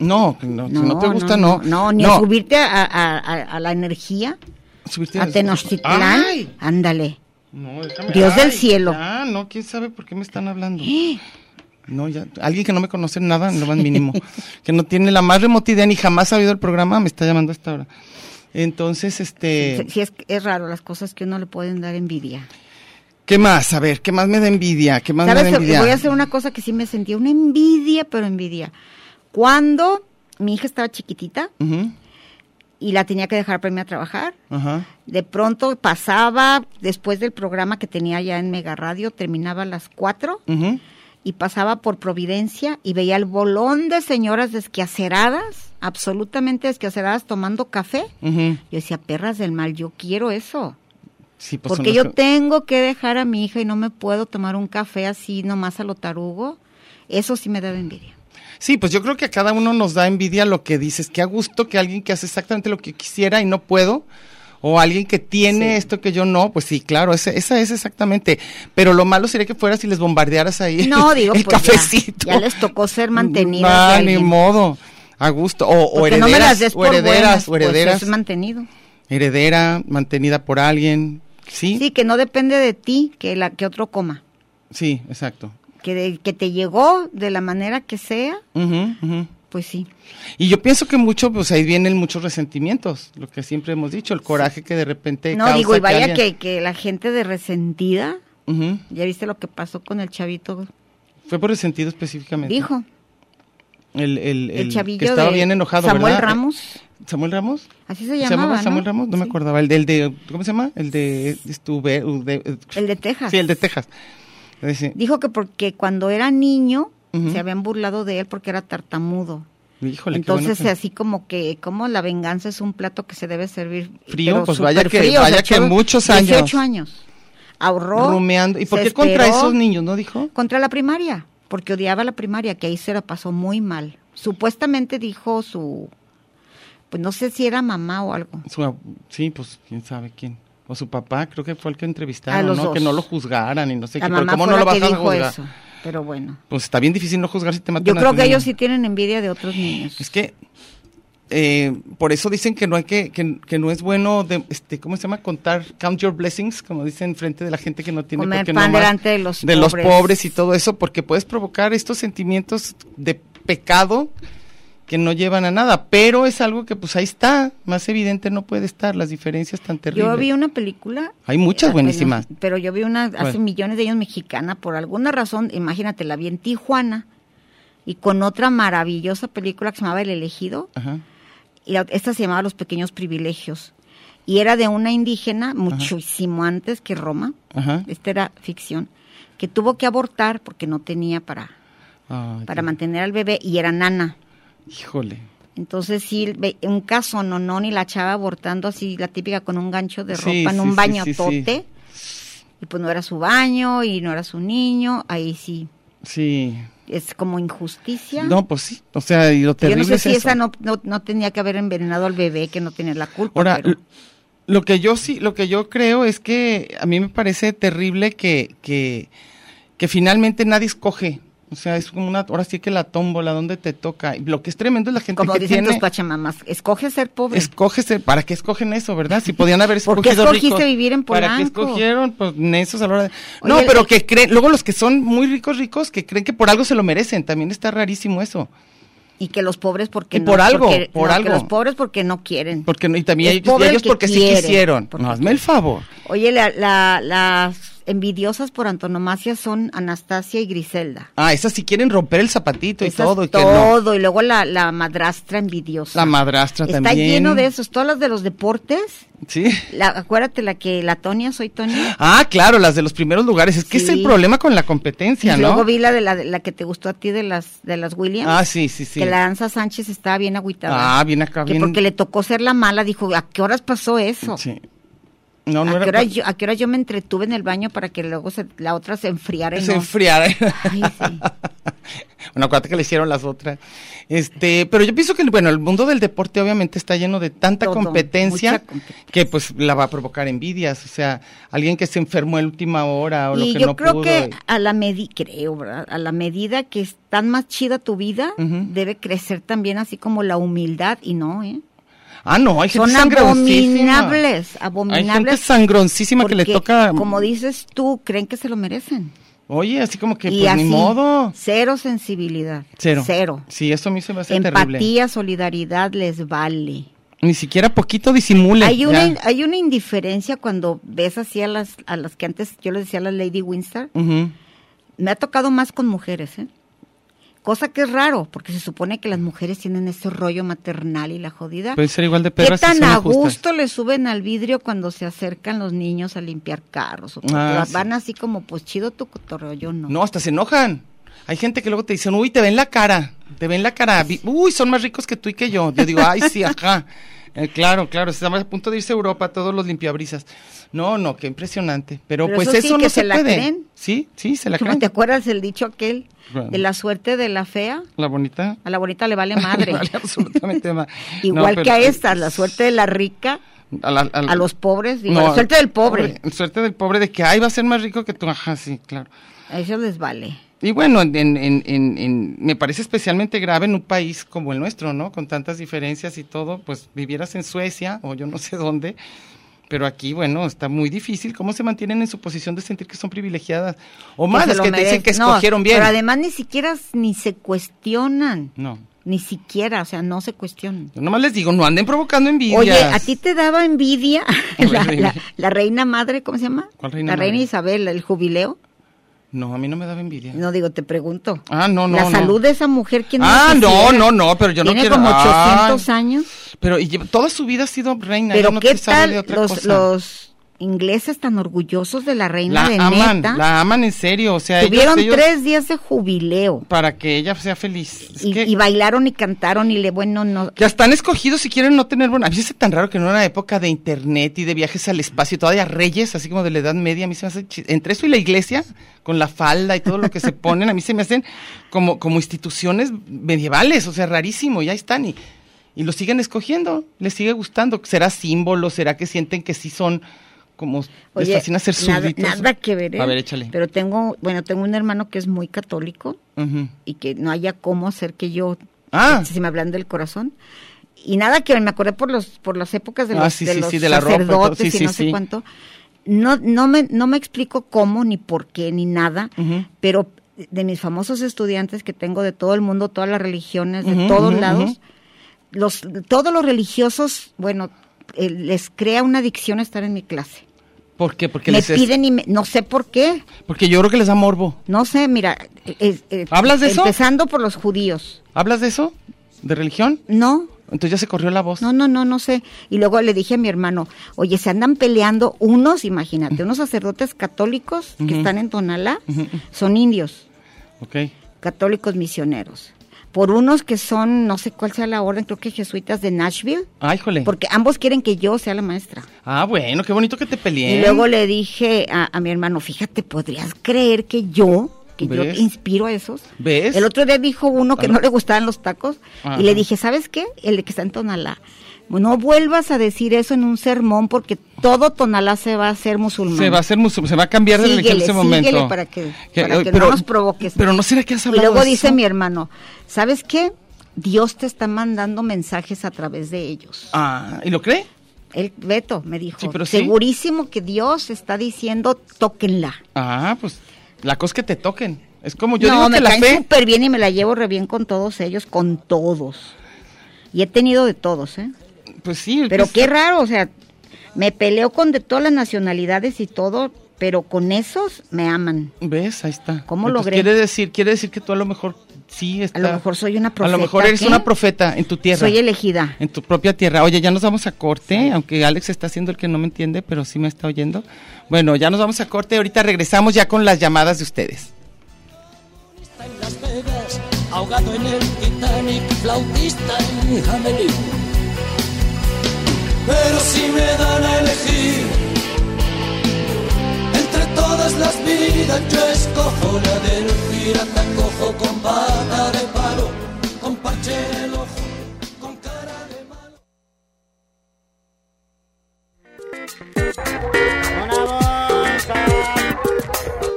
No, no, si no te gusta, no.
No, no, ni a subirte a, a- a- a la energía,
Subirte
a Tenochtitlán.
Ay,
Ándale.
no, déjame-
Dios del
ay,
cielo.
ya, no, quién sabe por qué me están hablando. No, ya, alguien que no me conoce nada, en lo más mínimo, que no tiene la más remota idea ni jamás ha oído el programa, me está llamando a esta hora. Entonces, este...
Si es, es raro las cosas que uno le pueden dar envidia.
¿Qué más? A ver, ¿qué más me da envidia? ¿Qué más me
¿Sabes?
da envidia?
Voy a hacer una cosa que sí me sentía una envidia, pero envidia. Cuando mi hija estaba chiquitita
Ujú,
y la tenía que dejar para irme a trabajar,
Ajá.
de pronto pasaba, después del programa que tenía ya en Mega Radio, terminaba a las 4
ujú.
y pasaba por Providencia y veía el bolón de señoras desquaceradas, absolutamente desquaceradas, tomando café.
Ujú.
Yo decía, perras del mal, yo quiero eso.
Sí, pues son
Porque
las
yo
que-
tengo que dejar a mi hija y no me puedo tomar un café así nomás a lo tarugo. Eso sí me da envidia.
Sí, pues yo creo que a cada uno nos da envidia lo que dices, que a gusto que alguien que hace exactamente lo que quisiera y no puedo, o alguien que tiene esto que yo no, pues sí, claro, ese- esa es exactamente. Pero lo malo sería que fueras y les bombardearas ahí
No,
el,
digo,
el
pues ya,
cafecito.
Ya, les tocó ser mantenidas. de
Ah, ni
alguien.
modo, a gusto, o, o
Porque
herederas,
no me las des
o
por
herederas,
buenas,
o
pues,
herederas,
es mantenido.
heredera, mantenida por alguien, ¿sí?
Sí, que no depende de ti que, la, que otro coma.
Sí, exacto.
Que, de- que te llegó de la manera que sea,
Ujú, ujú.
pues sí.
Y yo pienso que mucho, pues ahí vienen muchos resentimientos, lo que siempre hemos dicho, el coraje que de repente
No,
causa
digo, y
que
vaya
alguien-
que, que la gente de resentida,
Ujú.
ya viste lo que pasó con el chavito,
Fue por resentido específicamente.
dijo,
El, el,
el,
el
chavillo
que estaba
de
bien enojado,
Samuel
¿verdad?
Ramos,
Eh, ¿Samuel Ramos?
así se llamaba, ¿no?
Samuel Ramos? No me
Sí.
acordaba. El del de, ¿cómo se llama? El de, estuve, u- de- eh,
El de Texas.
Sí, el de Texas. Ese.
Dijo que porque cuando era niño
Ujú.
se habían burlado de él porque era tartamudo.
Híjole, qué bueno
Entonces,
que-
así como que, como la venganza es un plato que se debe servir
Frío,
pero
pues vaya que-
superfrío,
vaya que
chavo,
muchos años.
18 años. Ahorró.
rumeando. ¿Y por
se
qué contra
esperó,
esos niños, no dijo?
Contra la primaria, porque odiaba la primaria, que ahí se la pasó muy mal. Supuestamente dijo su, pues no sé si era mamá o algo.
Su ab- sí, pues quién sabe quién. O su papá, creo que fue el que entrevistaron,
A Ah, los
¿no?
dos.
Que no lo juzgaran y no sé
la
qué. Pero
mamá
¿cómo
fue
no lo
la
vas
que
a
dijo
juzgar?
eso, pero bueno.
Pues está bien difícil no juzgar si te matan
Yo
a
creo
ti,
que
¿no?
ellos sí tienen envidia de otros niños.
Es que eh, por eso dicen que no hay que, que, que no es bueno, de, este, ¿cómo se llama? Contar, count your blessings, como dicen, frente de la gente que no tiene
Comer
porque
pan
nomás-
delante de los pobres.
pobres y todo eso, porque puedes provocar estos sentimientos de pecado que no llevan a nada, pero es algo que pues ahí está, más evidente no puede estar, las diferencias tan terribles.
Yo vi una película.
Hay muchas
eh,
buenísimas.
bueno, pero yo vi una hace
¿Cuál?
millones de años mexicana, por alguna razón, imagínate, la vi en Tijuana y con otra maravillosa película que se llamaba El Elegido.
Ajá.
Y la- esta se llamaba Los Pequeños Privilegios. Y era de una indígena muchísimo antes que Roma.
Ajá.
Esta era ficción. Que tuvo que abortar porque no tenía para,
Ay,
para
Dios.
mantener al bebé y era nana.
Híjole.
Entonces sí, ve- un caso no, no, ni la chava abortando así, la típica con un gancho de
Sí,
ropa en
sí,
un
sí,
baño
sí, sí.
tote. Y pues no era su baño y no era su niño, ahí sí,
Sí.
es como injusticia.
No, pues sí. O sea, y lo
Yo
terrible
no sé
es
si
eso.
esa no, no, no tenía que haber envenenado al bebé, que no tenía la culpa.
Ahora,
pero-
l- lo que yo sí, lo que yo creo es que a mí me parece terrible que, que, que finalmente nadie escoge. O sea, es como una, ahora sí que la tómbola, donde te toca. Y lo que es tremendo es la gente
como
que
dicen tus
tiene,
pachamamás, escoge ser pobre.
escógese, ¿para qué escogen eso, verdad? Si podían haber escogido
¿Por qué escogiste
ricos.
vivir en
¿Para qué
Polanco?
escogieron? Pues necios a la hora de... No,
Oye, el-
pero
el-
que creen, luego los que son muy ricos, ricos, que creen que por algo se lo merecen, también está rarísimo eso.
y que los pobres porque
Y
no.
por algo,
porque-
por
no, que
algo.
los pobres porque no quieren.
Porque, no- y también
Es
ellos, y
pobre el
ellos
que
porque
quiere,
sí quisieron.
porque
no, hazme el favor.
Oye, la- la- las envidiosas por antonomasia son Anastasia y Griselda.
Ah, esas sí quieren romper el zapatito y
Esas
todo. Y que no.
todo, y luego la, la madrastra envidiosa.
La madrastra
Está
también.
lleno de esos, todas las de los deportes.
Sí.
La, acuérdate la que la Tonia, soy Tonia.
Ah, claro, las de los primeros lugares. Es que es
Sí.
el problema con la
Y
competencia, ¿no?
luego vi la de la, de la que te gustó a ti de las de las Williams.
Ah, sí, sí, sí.
Que la Anza Sánchez estaba bien agüitada.
Ah, bien acá,
que
bien-
Porque le tocó ser la mala, dijo, ¿a qué horas pasó eso?
Sí. No,
¿A,
no era
qué hora
pa-
yo, a qué hora yo me entretuve en el baño para que luego se- la otra se enfriara? y
se
no?
enfriara.
Ay, sí.
bueno, acuérdate que le hicieron las otras. Este, pero yo pienso que, bueno, el mundo del deporte obviamente está lleno de tanta
Todo,
competencia,
mucha competencia.
que pues la va a provocar envidias. O sea, alguien que se enfermó en última hora o lo
Y
que
yo
no
creo
pudo.
que a la medida, creo, ¿verdad? A la medida que es tan más chida tu vida,
Ujú.
debe crecer también así como la humildad y no, ¿eh?
Ah, no, hay gente
Son
sangroncísima.
abominables,
Hay gente
abominables.
sangroncísima que le
porque,
toca. mm,
Como dices tú, creen que se lo merecen.
Oye, así como que,
y
pues
así,
ni modo.
cero sensibilidad.
Cero.
Cero.
Sí, eso a mí se me hace
Empatía,
terrible.
solidaridad les vale.
Ni siquiera poquito disimule.
Hay
ya.
una, hay una indiferencia cuando ves así a las, a las que antes yo les decía a las Lady Windsor.
Ujú.
Me ha tocado más con mujeres, ¿eh? Cosa que es raro, porque se supone que las mujeres tienen ese rollo maternal y la jodida.
Pueden ser igual de
¿Qué
perras si
tan
Pues, son
a
injustas.
gusto le suben al vidrio cuando se acercan los niños a limpiar carros? O
Ah, sí.
Van así como, pues chido tu cotorreo, yo no.
No, hasta se enojan. Hay gente que luego te dicen, uy, te ven la cara, te ven la cara, vi- uy, son más ricos que tú y que yo. Yo digo, ay, sí, ajá. Eh, claro, claro, estamos a punto de irse a Europa todos los limpiabrisas. No, no, qué impresionante. Pero,
Pero
pues
eso
eso,
sí,
no
que
se,
se la
puede.
creen.
Sí, sí, se la
¿Cómo
creen.
¿Te acuerdas el dicho aquel
Bueno.
de la suerte de la fea?
La bonita.
A la bonita le vale madre.
Vale absolutamente ma-
Igual
No,
que a
pero-
estas, la suerte de la rica,
A, la- al-
a los pobres, digo,
No,
la suerte del pobre.
Suerte del pobre de que, ay, va a ser más rico que tú. Ajá, sí, claro.
A ellos les vale.
Y bueno, en, en- en- en- en- me parece especialmente grave en un país como el nuestro, ¿no? Con tantas diferencias y todo, pues vivieras en Suecia o yo no sé dónde, pero aquí, bueno, está muy difícil. ¿Cómo se mantienen en su posición de sentir que son privilegiadas? O más,
se
las
lo
que te dicen
merecen.
que
No,
escogieron bien.
Pero además ni siquiera s- ni se cuestionan.
No,
Ni siquiera, o sea, no se cuestionan.
yo nomás les digo, no anden provocando envidias.
Oye, ¿a ti te daba envidia
Pues
la,
sí.
la- la reina madre, ¿cómo se llama?
¿Cuál reina
la reina
madre?
Isabel, el jubileo.
No, a mí no me daba envidia.
No digo, te pregunto.
Ah, no, no,
La
no.
salud de esa mujer, ¿quién
Ah,
la
no,
quisiera?
no, no, pero yo no
Tiene
quiero- Ah.
como 800
Ay.
años.
Pero y lleva- toda su vida ha sido reina.
Pero
ella no
¿qué
te sabe
tal
de otra
los,
cosa.
los ingleses tan orgullosos de la reina
la
de
aman,
neta?
la aman en serio. O sea, ellos-
Tuvieron
ellos-
tres días de jubileo.
para que ella sea feliz. Es
y,
que
y bailaron y cantaron y le, bueno, no.
ya están escogidos si quieren no tener, bueno, a mí se me hace tan raro que en una época de internet y de viajes al espacio, todavía reyes, así como de la Edad Media, a mí se me hace, chi- entre eso y la iglesia, con la falda y todo lo que se ponen, a mí se me hacen como, como instituciones medievales, o sea, rarísimo, ya están y, y lo siguen escogiendo, les sigue gustando, será símbolo, será que sienten que sí son como,
Oye,
les fascina ser
nada,
zurditos.
nada que ver. ¿eh?
A ver, échale.
Pero tengo, bueno, tengo un hermano que es muy católico
Ujú.
y que no haya cómo hacer que yo
Ah,
se me hablan del corazón. Y nada que ver, me acordé por los por las épocas de
Ah,
los,
sí,
de
sí,
los
sí, de la ropa y todo.
sacerdotes
Sí,
y
sí,
no
sí.
sé cuánto. No no me no me explico cómo ni por qué ni nada,
Ujú.
pero de mis famosos estudiantes que tengo de todo el mundo, todas las religiones, de
Ujú,
todos
ujú,
lados,
ujú.
los todos los religiosos, bueno, eh, les crea una adicción estar en mi clase.
¿por qué? Porque
me
les es-
piden y me- no sé por qué.
porque yo creo que les da morbo.
No sé, mira, es- eh,
¿Hablas de eso?
Empezando por los judíos.
¿Hablas de eso? ¿De religión?
No,
Entonces ya se corrió la voz.
No, no, no, no sé. Y luego le dije a mi hermano, oye, se andan peleando unos, imagínate, unos sacerdotes católicos que
Ujú.
están en Tonalá, son indios,
Ok.
católicos misioneros. Por unos que son, no sé cuál sea la orden, creo que jesuitas de Nashville,
Ah, híjole.
porque ambos quieren que yo sea la maestra.
Ah, bueno, qué bonito que te peleen.
Y luego le dije a, a mi hermano, fíjate, ¿podrías creer que yo, que yo
¿Ves?
inspiro a esos?
¿Ves?
El otro día dijo uno que no
Claro.
le gustaban los tacos
Ajá.
y le dije, ¿sabes qué? El de que está en Tonalá. No vuelvas a decir eso en un sermón porque todo Tonalá se va a hacer musulmán.
se va a hacer musulmán, se va a cambiar de religión en ese
Síguele,
momento.
síguele para que- para
eh,
que no nos provoques.
Pero no será que has
y
hablado
luego
de
dice
eso?
mi hermano, ¿sabes qué? Dios te está mandando mensajes a través de ellos.
Ah, ¿y lo cree?
El Beto me dijo,
Sí, pero sí.
segurísimo que Dios está diciendo, tóquenla.
Ah, pues la cosa es que te toquen. Es como yo
no,
digo
me
que la
caen
fe.
súper bien y me la llevo re bien con todos ellos, con todos. Y he tenido de todos, ¿eh?
Pues sí.
Pero
pues,
qué raro, o sea, me peleo con de todas las nacionalidades y todo, pero con esos me aman.
¿Ves? Ahí está.
¿Cómo
Entonces,
logré?
Quiere decir, quiere decir que tú a lo mejor sí está.
A lo mejor soy una
Ah, A
profeta,
lo mejor eres
¿qué?
una profeta en tu tierra.
Soy elegida.
En tu propia tierra. Oye, ya nos vamos a corte, aunque Alex está haciendo el que no me entiende, pero sí me está oyendo. Bueno, ya nos vamos a corte. Ahorita regresamos ya con las llamadas de ustedes.
en Las Vegas, ahogado en el Titanic, flautista en Hamelin. Pero si me dan a elegir las vidas yo escojo la del pirata cojo con pata de palo, con parche en el ojo, con cara de malo.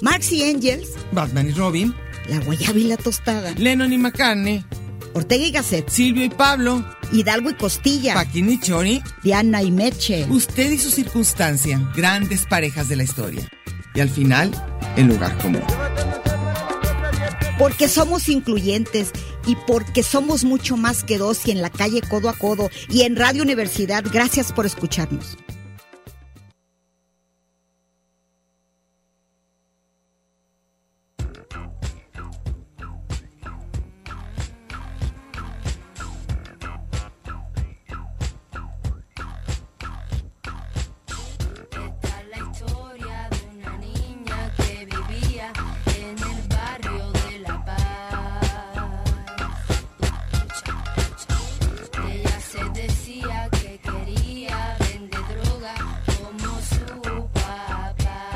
Marx y Engels,
Batman y Robin,
la guayaba y la tostada,
Lennon y McCartney,
Ortega y Gasset,
Silvio y Pablo,
Hidalgo y Costilla,
Paquín y Chori,
Diana y Meche.
usted y su circunstancia, grandes parejas de la historia. Y al final, el lugar común.
Porque somos incluyentes y porque somos mucho más que dos y en la calle codo a codo y en Radio Universidad. Gracias por escucharnos.
Está la historia de una niña que vivía en el barrio de La Paz. Ella se decía que quería vender droga como su papá.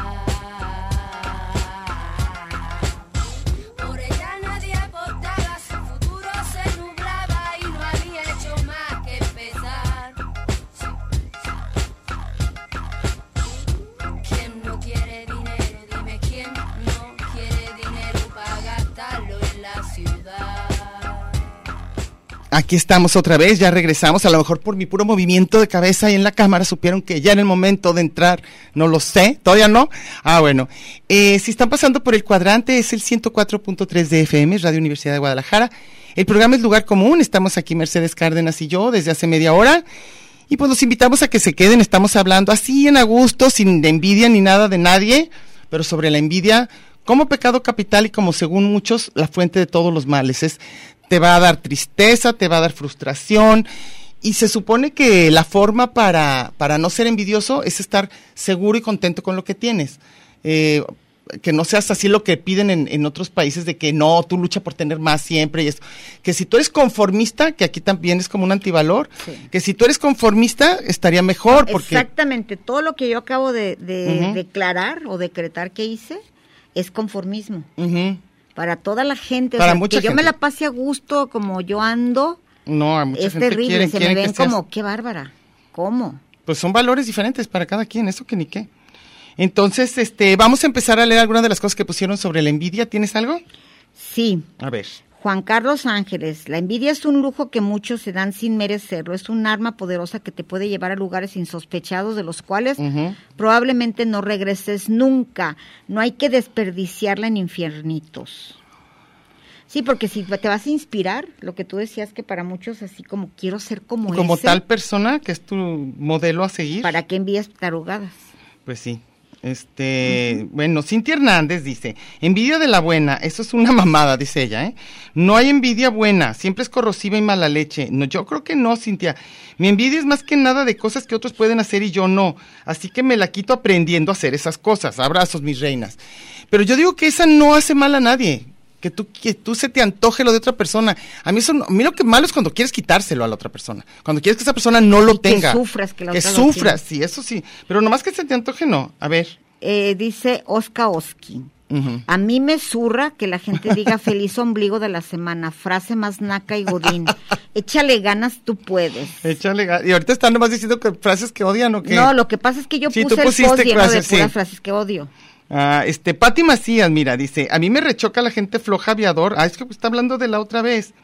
Por ella nadie apostaba, su futuro se nublaba y no había hecho más que empezar. ¿Quién no quiere dinero? Dime quién no quiere dinero para gastarlo en la ciudad.
Aquí estamos otra vez, ya regresamos. A lo mejor por mi puro movimiento de cabeza y en la cámara supieron que ya en el momento de entrar, no lo sé, todavía no. Ah, bueno. Eh, si están pasando por el cuadrante, es el 104.3 de FM, Radio Universidad de Guadalajara. El programa es Lugar Común, estamos aquí Mercedes Cárdenas y yo desde hace media hora. Y pues los invitamos a que se queden, estamos hablando así en a gusto, sin envidia ni nada de nadie, pero sobre la envidia como pecado capital y como según muchos la fuente de todos los males. Es, te va a dar tristeza, te va a dar frustración y se supone que la forma para, para no ser envidioso es estar seguro y contento con lo que tienes. Eh, que no seas así lo que piden en, en otros países de que no, tú lucha por tener más siempre y eso. Que si tú eres conformista, que aquí también es como un antivalor,
Sí. Ah,
que si tú eres conformista estaría mejor porque
Exactamente, todo lo que yo acabo de, de
Ujú.
declarar o decretar que hice es conformismo.
Ujú.
Para toda la gente, o
Para
sea,
mucha
que yo me
gente.
la pase a gusto como yo ando,
no, a mucha
es
gente
terrible,
quieren,
se me
quieren que
ven
seas-
como, qué bárbara, ¿cómo?
pues son valores diferentes para cada quien, eso que ni qué. Entonces, este, vamos a empezar a leer algunas de las cosas que pusieron sobre la envidia. ¿Tienes algo?
Sí,
A ver.
Juan Carlos Ángeles, la envidia es un lujo que muchos se dan sin merecerlo, es un arma poderosa que te puede llevar a lugares insospechados de los cuales
Ujú.
probablemente no regreses nunca. No hay que desperdiciarla en infiernitos. Sí, porque si te vas a inspirar, lo que tú decías que para muchos así como quiero ser como,
Como
ese,
tal persona que es tu modelo a seguir.
¿para qué envías tarugadas?
Pues sí. Este, bueno, Cintia Hernández dice, envidia de la buena, eso es una mamada, dice ella, ¿eh? No hay envidia buena, siempre es corrosiva y mala leche. No, yo creo que no, Cintia. Mi envidia es más que nada de cosas que otros pueden hacer y yo no. Así que me la quito aprendiendo a hacer esas cosas. Abrazos, mis reinas. Pero yo digo que esa no hace mal a nadie. Que tú, que tú se te antoje lo de otra persona. A mí eso, no- a mí lo que malo es cuando quieres quitárselo a la otra persona. Cuando quieres que esa persona no lo
Y que
tenga.
sufras, que la otra lo
sufras, sí, eso sí. Pero nomás que se te antoje, no. A ver.
Eh, dice Oscar Oski.
Ujú.
A mí me zurra que la gente diga feliz ombligo de la semana, frase más naca y godín. Échale ganas, tú puedes.
Échale ga- Y ahorita están nomás diciendo que frases que odian o que.
No, lo que pasa es que yo
Sí, tú
puse el post
pusiste
lleno
frases,
de puras
sí.
frases que odio.
Ah, este, Pati Macías, mira, dice, a mí me rechoca la gente floja aviador. Ah, es que está hablando de la otra vez.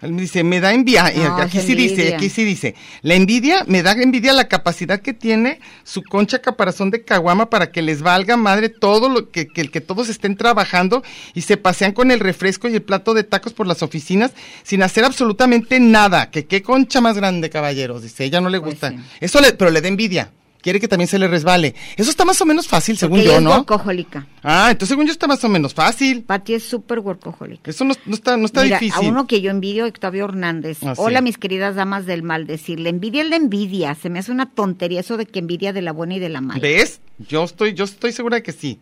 Él me dice, me da envidia.
No,
aquí
es
sí dice,
Ah, envidia.
aquí sí dice. La envidia, me da envidia la capacidad que tiene su concha caparazón de caguama para que les valga madre todo lo que, que, que todos estén trabajando y se pasean con el refresco y el plato de tacos por las oficinas sin hacer absolutamente nada. Que qué concha más grande, caballeros. Dice, ella no le
Pues
gusta.
sí.
Eso le, pero le da envidia. Quiere que también se le resbale. Eso está más o menos fácil, según
Porque
yo,
ella es
¿no?
workahólica.
Ah, entonces según yo está más o menos fácil.
Pati es súper workahólica.
Eso no, no está, no está
Mira,
difícil.
A uno que yo envidio, Octavio Hernández.
Ah, sí.
Hola, mis queridas damas del mal. Decirle, envidia es la envidia. Se me hace una tontería eso de que envidia de la buena y de la mala.
¿Ves? Yo estoy, yo estoy segura de que sí.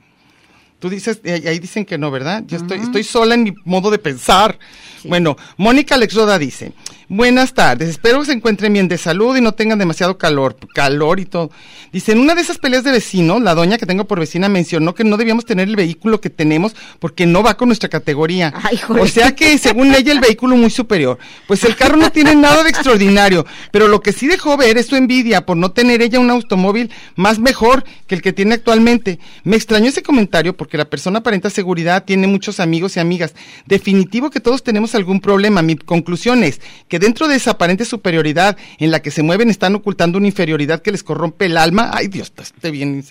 Tú dices, eh, ahí dicen que no, ¿verdad? Yo estoy, estoy sola en mi modo de pensar.
Sí.
Bueno, Mónica Alex Roda dice, buenas tardes, espero que se encuentren bien de salud y no tengan demasiado calor, calor y todo. Dice, en una de esas peleas de vecinos, la doña que tengo por vecina mencionó que no debíamos tener el vehículo que tenemos porque no va con nuestra categoría.
Ay, joder.
O sea que, según ella, el vehículo muy superior. Pues el carro no tiene nada de extraordinario, pero lo que sí dejó ver es su envidia por no tener ella un automóvil más mejor que el que tiene actualmente. Me extrañó ese comentario porque la persona aparenta seguridad tiene muchos amigos y amigas. Definitivo que todos tenemos algún problema. Mi conclusión es que dentro de esa aparente superioridad en la que se mueven están ocultando una inferioridad que les corrompe el alma. Ay, Dios, te bien.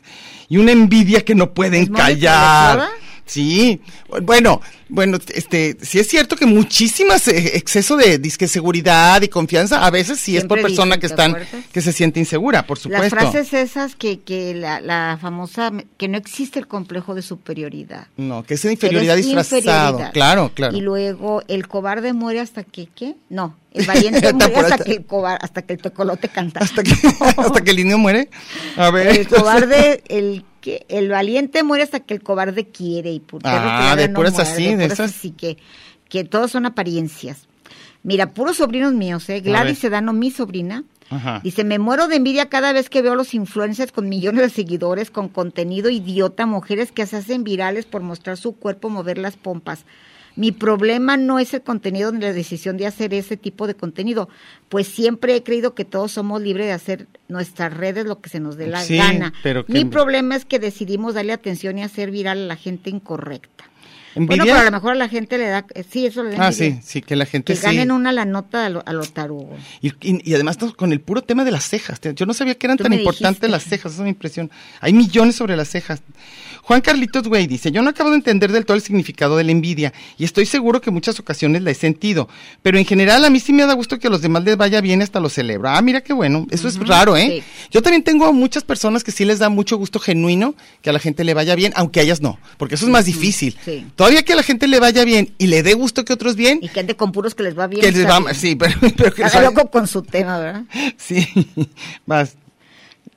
Y una envidia que no
¿Es
pueden
Mónica
callar.
Lectora?
Sí, bueno, bueno, este, sí es cierto que muchísimas eh, exceso de disque seguridad y confianza a veces sí es
Siempre
por persona
dicen,
que
¿te
están
acuerdas?
que se siente insegura, por
Las
supuesto.
frases esas que, que la, la famosa, que no existe el complejo de superioridad.
No, que es inferioridad
Pero es
disfrazado,
inferioridad.
claro, claro.
Y luego el cobarde muere hasta que qué? No, el valiente muere
Por
hasta
hasta-
que el cobarde, hasta que el tecolote canta.
hasta que hasta que el niño muere. A ver.
el
entonces-
cobarde, el que el valiente muere hasta que el cobarde quiere y por perro
Ah,
que ladra
de
no
puras
muerde,
así, de
puras
esas.
así que que todos son apariencias. Mira, puros sobrinos míos, eh, Gladys
ver.
Sedano, mi sobrina.
Ajá.
Dice, me muero de envidia cada vez que veo a los influencers con millones de seguidores, con contenido idiota, mujeres que se hacen virales por mostrar su cuerpo, mover las pompas. Mi problema no es el contenido ni la decisión de hacer ese tipo de contenido, pues siempre he creído que todos somos libres de hacer nuestras redes lo que se nos dé la
Sí,
gana.
pero que-
Mi problema es que decidimos darle atención y hacer viral a la gente incorrecta.
¿Envidia?
Bueno, pero a lo mejor a la gente le da... eh, Sí, eso le da
Ah,
envidia.
sí, sí, que la gente
Que
sí.
ganen una la nota a lo, a lo tarugo.
Y, y- y además to- con el puro tema de las cejas. te- Yo no sabía que eran
Tú
tan
me dijiste.
importantes las cejas, esa es mi impresión. Hay millones sobre las cejas. Juan Carlitos Güey dice, yo no acabo de entender del todo el significado de la envidia y estoy seguro que en muchas ocasiones la he sentido, pero en general a mí sí me da gusto que a los demás les vaya bien y hasta lo celebra. Ah, mira qué bueno, eso es raro, ¿eh? Yo también tengo muchas personas que sí les da mucho gusto genuino que a la gente le vaya bien, aunque a ellas no, porque eso es más difícil.
sí.
Todavía que a la gente le vaya bien y le dé gusto que otros bien,
Y que ande con puros que les va bien.
que les
está
va
bien.
sí, pero, pero que les
Cada
vaya-
loco con su tema, ¿verdad?
Sí, vas.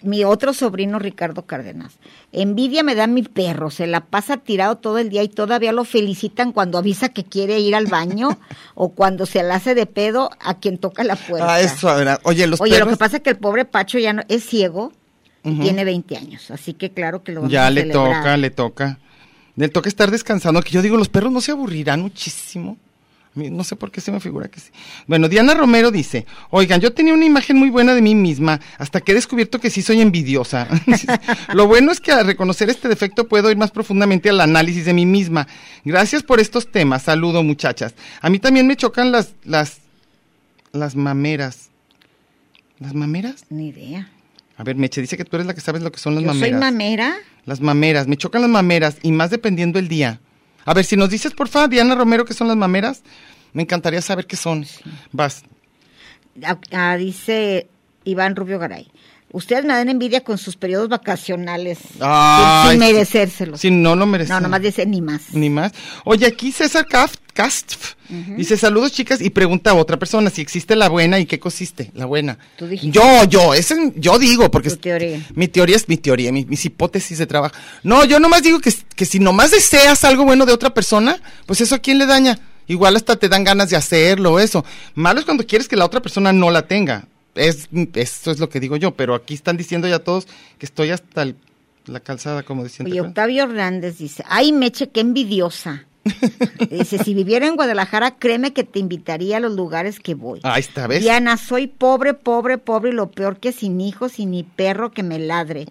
Mi otro sobrino, Ricardo Cárdenas. Envidia me da mi perro, se la pasa tirado todo el día y todavía lo felicitan cuando avisa que quiere ir al baño o cuando se la hace de pedo a quien toca la puerta.
Ah, eso, a ver, Oye, los
Oye, lo que
perros
pasa es que el pobre Pacho ya no, es ciego y tiene 20 años, así que claro que lo vamos
ya
a
le
celebrar.
toca, le toca. Le toca estar descansando, que yo digo, los perros no se aburrirán muchísimo. A mí No sé por qué se me figura que sí. Bueno, Diana Romero dice, oigan, yo tenía una imagen muy buena de mí misma, hasta que he descubierto que sí soy envidiosa. Lo bueno es que al reconocer este defecto puedo ir más profundamente al análisis de mí misma. Gracias por estos temas. Saludo, muchachas. A mí también me chocan las, las, las mameras. ¿Las mameras?
Ni idea.
A ver, Meche, dice que tú eres la que sabes lo que son las
Yo soy
mameras.
mamera.
las mameras, me chocan las mameras y más dependiendo el día. A ver, si nos dices, porfa, Diana Romero, qué son las mameras, me encantaría saber qué son. Vas.
Ah, ah, dice Iván Rubio Garay. Ustedes me dan envidia con sus periodos vacacionales.
Ay,
sin, sin
sí.
merecérselos.
Si no lo mereces.
no, nomás dice ni más.
Ni más. Oye, aquí César Cast Castf dice saludos chicas y pregunta a otra persona si existe la buena y qué consiste la buena.
Tú dijiste.
Yo, yo, ese, yo digo, porque
Tu teoría.
mi teoría es mi teoría, mi- mis hipótesis de trabajo. No, yo nomás digo que, que si nomás deseas algo bueno de otra persona, pues eso a quién le daña. Igual hasta te dan ganas de hacerlo, eso. Malo es cuando quieres que la otra persona no la tenga. Es, eso es lo que digo yo, pero aquí están diciendo ya todos que estoy hasta el- la calzada, como dicen. ¿te
Oye,
acuerdas?
Octavio Hernández dice, ay Meche, qué envidiosa. Dice, si viviera en Guadalajara, créeme que te invitaría a los lugares que voy.
Ah, Ahí está, ¿ves?
Diana, soy pobre, pobre, pobre y lo peor que sin hijos y ni perro que me ladre.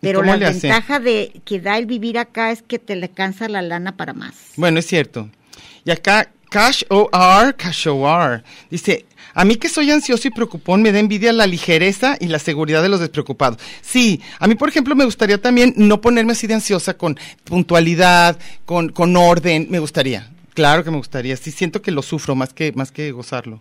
Pero
cómo
la
le hace?
ventaja de
Mm.
que da el vivir acá es que te le cansa la lana para más.
Bueno, es cierto. Y acá Cash OR, Cash OR. Dice, a mí que soy ansioso y preocupón me da envidia la ligereza y la seguridad de los despreocupados. Sí, a mí por ejemplo me gustaría también no ponerme así de ansiosa con puntualidad, con, con orden, me gustaría. Claro que me gustaría, sí siento que lo sufro más que más que gozarlo.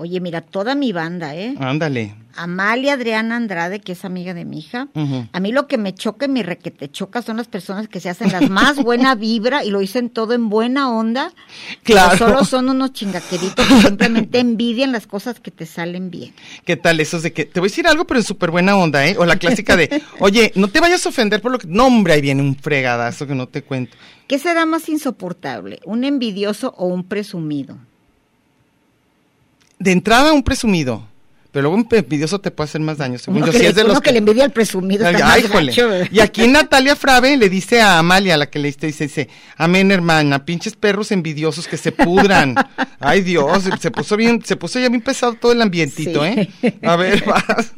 Oye, mira, toda mi banda, ¿eh?
Ándale.
Amalia Adriana Andrade, que es amiga de mi hija.
Ujú.
A mí lo que me choca y mi requete choca son las personas que se hacen las más buena vibra y lo dicen todo en buena onda. pero
Claro.
Solo son unos chingaqueritos que simplemente envidian las cosas que te salen bien.
¿Qué tal esos de que te voy a decir algo, pero en súper buena onda, ¿eh? O la clásica de, oye, no te vayas a ofender por lo que. No, hombre, ahí viene un fregadazo que no te cuento.
¿Qué será más insoportable, un envidioso o un presumido?
De entrada, un presumido. Pero luego un envidioso te puede hacer más daño, según
Uno
yo.
que,
si
le,
es de
uno
los
que le envidia al presumido. está
Ay,
más
jole.
gacho, ¿verdad?
Y aquí Natalia Frave le dice a Amalia, la que le dice, dice, dice, amén hermana, pinches perros envidiosos que se pudran. Ay Dios, se puso bien, se puso ya bien pesado todo el ambientito,
Sí.
¿eh? A ver, vas.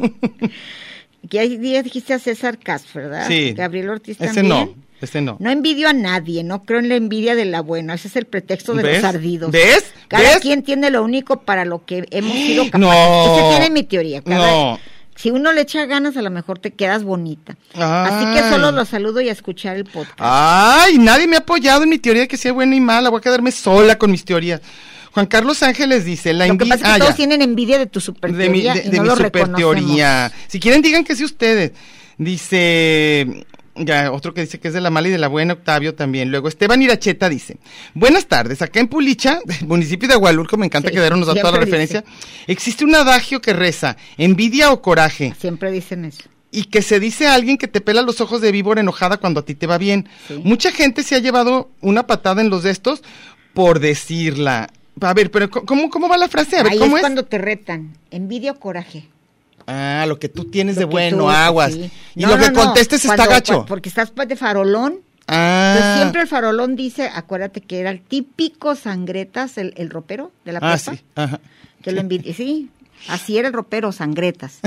Que ahí ya dijiste a César Cas, ¿verdad?
Sí.
Gabriel Ortiz
Ese
también.
no, ese no.
No envidio a nadie, no creo en la envidia de la buena. Ese es el pretexto de
¿Ves?
los ardidos.
¿Ves?
Cada
¿Ves?
quien tiene lo único para lo que hemos sido capaces.
No.
Esa tiene mi teoría. cada-
No.
Si uno le echa ganas, a lo mejor te quedas bonita. Así que
Ay. Ah,
solo los saludo y a escuchar el podcast.
Ay, nadie me ha apoyado en mi teoría de que sea buena y mala. Voy a quedarme sola con mis teorías. Juan Carlos Ángeles dice, la
lo que
envi-
pasa es que
ah,
todos
ya.
tienen envidia de tu super
de mi,
teoría
de-
y
de
no
mi
lo
super teoría. Si quieren, digan que sí ustedes. Dice. Ya, otro que dice que es de la mala y de la buena, Octavio también. Luego, Esteban Iracheta dice: Buenas tardes, acá en Pulicha, municipio de Agualulco, me encanta
Sí,
que dieron nos da toda la
siempre
referencia. Existe un adagio que reza: envidia o coraje.
Siempre dicen eso.
Y que se dice a alguien que te pela los ojos de víbora enojada cuando a ti te va bien.
Sí.
Mucha gente se ha llevado una patada en los de estos por decirla. A ver, pero ¿cómo, cómo va la frase? A ver,
Ahí
¿cómo
es
es?
cuando te retan. Envidia o coraje.
Ah, lo que tú tienes de
Lo que
bueno,
tú-
aguas.
sí.
Y
No,
lo
no,
que
no,
contestes
cuando-
está gacho.
cua- Porque estás pues, de farolón.
ah,
Pues siempre el farolón dice, acuérdate que era el típico sangretas, el, el ropero de la
ah,
prepa,
sí. ajá.
que lo envidia, sí, así era el ropero, sangretas.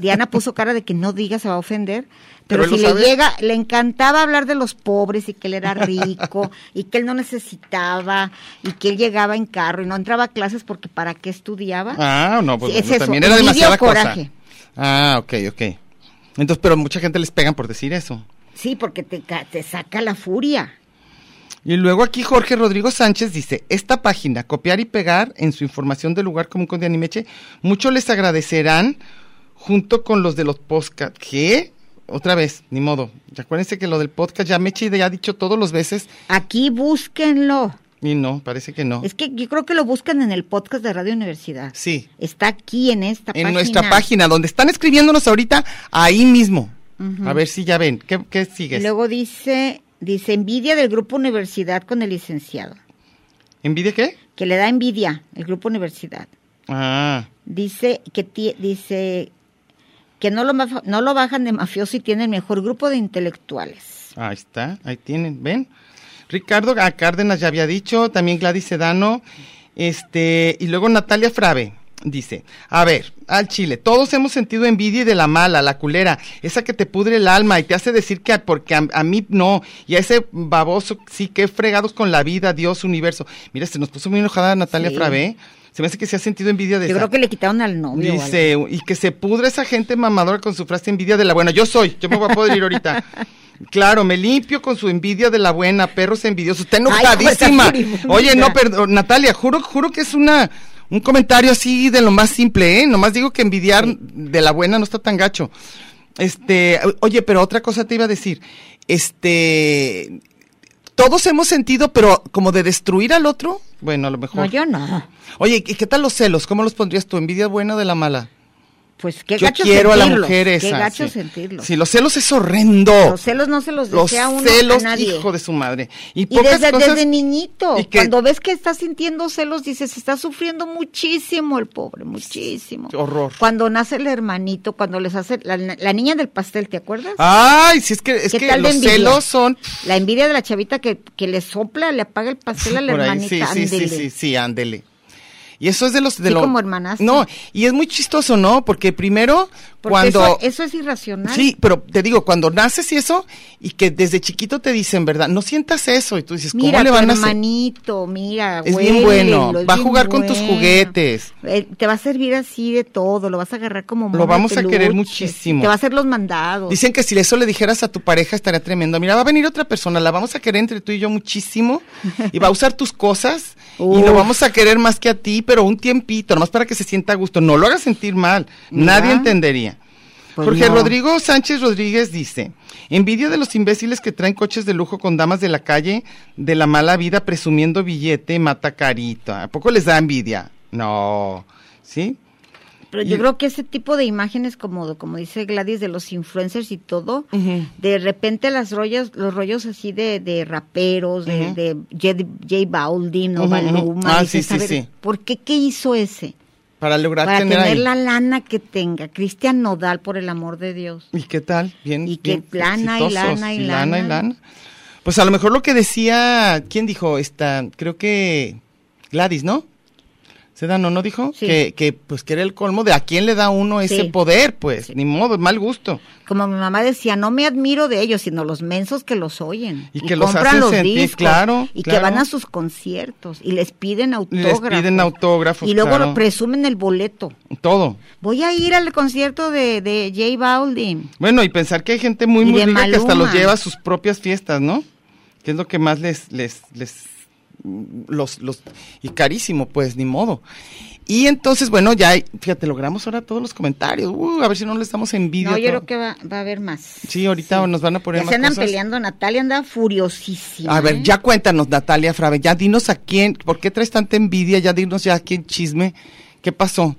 Diana puso cara de que no diga, se va a ofender, pero,
Pero él
si le
lo sabe.
llega, le encantaba hablar de los pobres y que él era rico y que él no necesitaba y que él llegaba en carro y no entraba a clases porque para qué estudiaba.
Ah, no, pues
Sí, es
bueno,
eso,
también era
envidia
demasiada
o coraje.
cosa. Ah, ok, ok. Entonces, pero mucha gente les pegan por decir eso.
Sí, porque te, ca- te saca la furia.
Y luego aquí Jorge Rodrigo Sánchez dice, esta página, copiar y pegar en su información del lugar común con de Animeche, mucho les agradecerán junto con los de los podcast. ¿Qué? Otra vez, ni modo. Acuérdense que lo del podcast ya Meche ya ha dicho todos los veces
Aquí búsquenlo.
y no, parece que no.
Es que yo creo que lo buscan en el podcast de Radio Universidad.
Sí,
Está aquí en esta
en
página.
nuestra página, donde están escribiéndonos ahorita, ahí mismo.
Ujú.
A ver si ya ven. ¿Qué, qué
Y
sigues?
luego dice, dice envidia del grupo universidad con el licenciado,
¿Envidia qué?
que le da envidia el grupo universidad.
Ah,
Dice que ti- dice que no lo maf- no lo bajan de mafioso y tiene el mejor grupo de intelectuales.
ahí está, ahí tienen, ven. Ricardo a Cárdenas ya había dicho, también Gladys Sedano, este, y luego Natalia Frave. Dice, a ver, al chile, todos hemos sentido envidia y de la mala, la culera, esa que te pudre el alma y te hace decir que a- porque a, a mí no, y a ese baboso sí que fregados con la vida, Dios, universo. Mira, se nos puso muy enojada Natalia
Sí.
Frave, ¿eh? se me hace que se ha sentido envidia de
Yo
esa.
creo que le quitaron al novio. o algo.
Dice, y que se pudre esa gente mamadora con su frase envidia de la buena. Yo soy, yo me voy a podrir ahorita. Claro, me limpio con su envidia de la buena, perros envidiosos. Está enojadísima.
Ay, no, está
Oye,
furibunda.
no, perdón, Natalia, juro, juro que es una un comentario así de lo más simple, ¿eh? Nomás digo que envidiar de la buena no está tan gacho. Este, oye, pero otra cosa te iba a decir. Este, todos hemos sentido, pero como de destruir al otro. Bueno, a lo mejor.
No, yo no.
Oye, ¿y qué tal los celos? ¿Cómo los pondrías tú? ¿Envidia buena o de la mala?
Pues qué
Yo
gacho
quiero a la
sentirlos,
mujer esa.
Qué gacho
sí.
sentirlo.
Sí, los celos es horrendo.
Los celos no se los
Los
desea uno
celos,
a nadie.
hijo de su madre. Y,
Y
pocas
desde,
cosas.
desde niñito,
y que-
cuando ves que está sintiendo celos, dices, está sufriendo muchísimo el pobre, muchísimo.
Horror.
Cuando nace el hermanito, cuando les hace la, la niña del pastel, ¿te acuerdas?
Ay, si es que, Ah, es
¿Qué
que
tal de
los
envidia?
celos son.
La envidia de la chavita que, que le sopla, le apaga el pastel a la
Por ahí,
hermanita.
sí, sí, sí,
ándele.
sí, sí, ándele. Y eso es de los de
Sí,
lo-
como hermanastro.
No, y es muy chistoso, ¿no? Porque primero
Porque
cuando
eso, eso es irracional.
Sí, pero te digo, cuando naces y eso, y que desde chiquito te dicen, ¿verdad? No sientas eso, y tú dices, ¿cómo
Mira,
le
tu
van a hacer?
hermanito, mira,
Es bien
huélelo,
bueno,
es
va a
bien
jugar con tus
bueno.
juguetes.
Eh, te va a servir así de todo, lo vas a agarrar como mono de
vamos a querer
peluche,
muchísimo.
Te va a hacer los mandados.
Dicen que si eso le dijeras a tu pareja estaría tremendo. Mira, va a venir otra persona, la vamos a querer entre tú y yo muchísimo y va a usar tus cosas y lo
Uf.
vamos a querer más que a ti, pero un tiempito, nomás para que se sienta a gusto. No lo hagas sentir mal,
Mira.
nadie entendería.
Pues
Jorge
no.
Rodrigo Sánchez Rodríguez dice, envidia de los imbéciles que traen coches de lujo con damas de la calle de la mala vida presumiendo billete mata carita. ¿A poco les da envidia? No, ¿sí?
Pero yo
Y-
creo que ese tipo de imágenes, como, como dice Gladys, de los influencers y todo, de repente las rollas, los rollos así de, de raperos, de,
Ujú.
de J, J Balvin o
Ujú, ujú.
Maluma,
Ah,
dices,
sí, sí,
"A ver,
sí.
¿Por qué qué hizo ese?
Para lograr
Para
tener,
tener
ahí.
la lana que tenga. Cristian Nodal, por el amor de Dios.
¿Y qué tal? Bien.
Y que
bien
lana y
exitosos,
lana y
lana y
lana.
lana. Pues a lo mejor lo que decía, ¿quién dijo? Esta, creo que Gladys, ¿no? Sedano, ¿no dijo?
Sí.
Que, que, pues que era el colmo de a quién le da uno ese
Sí.
poder, pues, ni modo, mal gusto.
Como mi mamá decía, no me admiro de ellos, sino los mensos que los oyen.
Y que los hacen sentir, claro,
Y
claro.
que van a sus conciertos y les piden
Les
autógrafos.
piden autógrafos.
Y luego
claro.
presumen el boleto.
todo.
Voy a ir al concierto de, de J Balvin.
Bueno, y pensar que hay gente muy,
Y
muy
de
rica que hasta los
Maluma.
lleva a sus propias fiestas, ¿no? Que es lo que más les, les, les, los, los, y carísimo, pues, ni modo. Y entonces, bueno, ya, hay- fíjate, logramos ahora todos los comentarios. Uh, a ver si no les damos envidia.
No, yo
todo.
creo que va, va a haber más.
Sí, ahorita nos van a poner
Ya
más
se andan
cosas.
peleando, Natalia anda furiosísima.
A
¿eh?
ver, ya cuéntanos, Natalia Frave, ya dinos a quién, ¿por qué traes tanta envidia? Ya dinos ya a quién chisme, ¿qué pasó?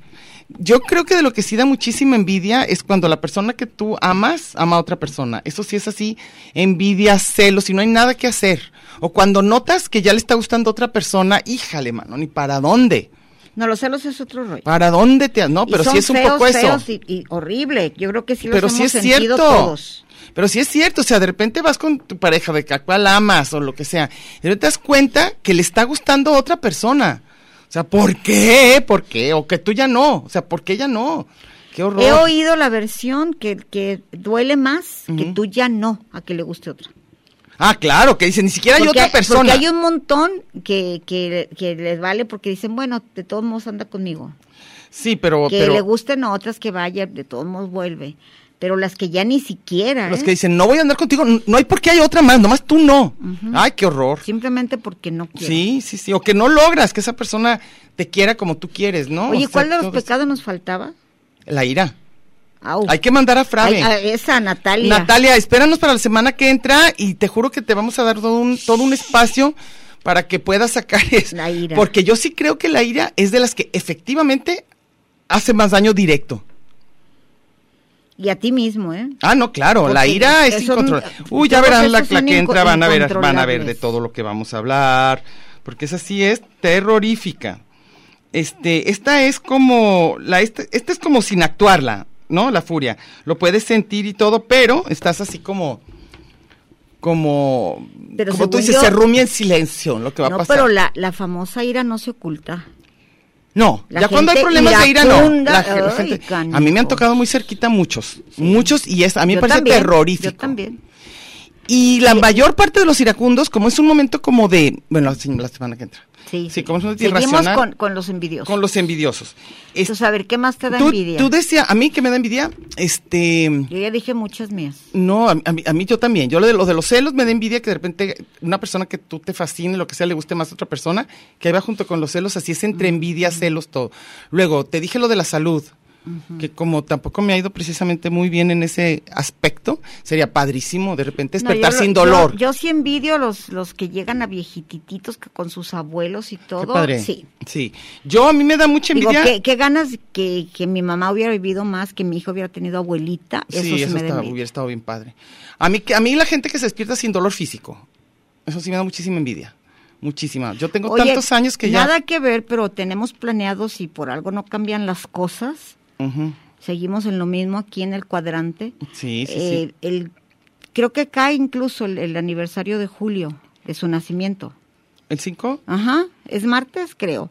Yo creo que de lo que sí da muchísima envidia es cuando la persona que tú amas ama a otra persona. Eso sí es así, envidia, celos y no hay nada que hacer. O cuando notas que ya le está gustando otra persona, híjale, mano, ni para dónde.
No, los celos es otro rollo.
¿Para dónde te.? Ah, No,
Y
pero
son
sí es un
feos,
poco eso.
feos y, y horrible. Yo creo que sí los
pero
hemos
sí es
sentido
cierto.
todos.
Pero sí es cierto, o sea, de repente vas con tu pareja de que a cual amas o lo que sea, y no te das cuenta que le está gustando a otra persona. O sea, ¿por qué? ¿Por qué? O que tú ya no. O sea, ¿por qué ya no? Qué horror.
He oído la versión que, que duele más que tú ya no a que le guste otra.
Ah, claro, que dicen, ni siquiera hay
Porque
otra
Porque
persona.
hay un montón que, que, que les vale porque dicen, bueno, de todos modos anda conmigo.
Sí, pero,
que
pero
le gusten a otras que vaya, de todos modos vuelve. Pero las que ya ni siquiera,
los
¿eh?
que dicen, no voy a andar contigo, n- no hay por qué hay otra más, nomás tú no. Ay, qué horror.
simplemente porque no quieren.
Sí, sí, sí. O que no logras que esa persona te quiera como tú quieres, ¿no?
Oye,
O sea,
¿cuál de los
todo eso.
pecados nos faltaba?
La ira.
Au.
Hay que mandar a Frave.
Ay, a esa Natalia.
Natalia, espéranos para la semana que entra y te juro que te vamos a dar todo un, todo un espacio para que puedas sacar eso.
La ira.
Porque yo sí creo que la ira es de las que efectivamente hace más daño directo.
Y a ti mismo, ¿eh?
Ah, no, claro, la
Porque
ira es
eso-
incontrolable. Uy,
yo
ya
creo
verán
que
la,
estos son
la que
inco-
entra, van a ver, van a ver de
incontrolables.
todo lo que vamos a hablar, porque esa sí es terrorífica. Este, esta es como, la, esta, esta es como sin actuarla, ¿no? La furia. Lo puedes sentir y todo, pero estás así como, como,
Pero
como tú
según
dices,
yo-
se rumia en silencio lo que va
no,
a pasar.
pero la, la famosa ira no se oculta.
No,
La
ya cuando hay
gente
problemas de ira, no.
iracunda,
La ge- la
ay,
gente- a
canijo.
mí me han tocado muy cerquita muchos, muchos, y es, a mí me
Yo
parece
también,
terrorífico.
Yo también.
Y la mayor parte de los iracundos, como es un momento como de, bueno, sí, la semana que entra,
Sí.
Sí, como es un
Seguimos
irracional.
con, con los envidiosos.
con los envidiosos. Es-
Entonces, a ver, ¿qué más te da
tú,
envidia?
tú decías, a mí que me da envidia, este,
Yo ya dije muchas mías.
no, a, a mí, a mí yo también, yo lo de, lo de los celos me da envidia que de repente una persona que tú te fascine, lo que sea, le guste más a otra persona, que ahí va junto con los celos, así es entre envidia, celos, todo. Luego, te dije lo de la salud. Que como tampoco me ha ido precisamente muy bien en ese aspecto, sería padrísimo de repente
No, yo
despertar
lo-
sin
yo-
dolor.
Yo, sí envidio los los que llegan a viejitititos que con sus abuelos y todo.
Qué padre.
Sí.
Sí. Yo a mí me da mucha
Digo,
envidia.
qué, qué ganas que, que mi mamá hubiera vivido más, que mi hijo hubiera tenido abuelita. Eso
sí,
sí
eso
me da
está-
envidia.
hubiera estado bien padre. A mí, que- a mí la gente que se despierta sin dolor físico, eso sí me da muchísima envidia. Muchísima. Yo tengo
Oye,
tantos años que
Nada que ver, pero tenemos planeado, si por algo no cambian las cosas,
ya. Ujú.
seguimos en lo mismo aquí en el cuadrante.
Sí, sí,
Eh,
sí.
el- creo que cae incluso el, el aniversario de Julio, de su nacimiento.
¿El 5?
Ajá, es martes, creo.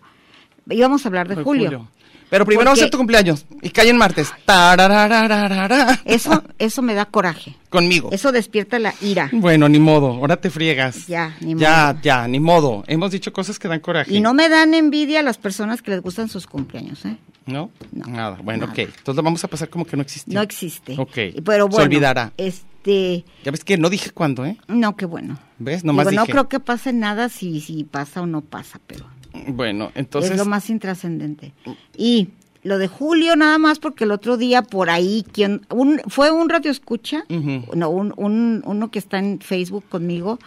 Íbamos a hablar de
Por
julio.
Pero primero vamos
Porque-
a hacer tu cumpleaños y cae en martes. Tarararararara.
Eso, eso me da coraje.
Conmigo.
Eso despierta la ira.
Bueno, ni modo, ahora te friegas.
Ya, ni
Ya,
modo.
ya, ni modo. Hemos dicho cosas que dan coraje.
Y no me dan envidia las personas que les gustan sus cumpleaños, ¿eh?
¿No?
No,
Nada. Bueno,
nada.
ok. Entonces lo vamos a pasar como que no existió.
No existe.
Ok.
Y- Pero bueno.
Se olvidará.
Este,
Ya ves que no dije cuándo, ¿eh?
no, qué bueno.
¿Ves? Nomás
Digo, no
dije.
creo que pase nada si, si pasa o no pasa, pero
Bueno, entonces.
es lo más intrascendente. Y lo de Julio nada más porque el otro día por ahí quien un, fue un radio escucha,
Ujú.
no, un- un- uno que está en Facebook conmigo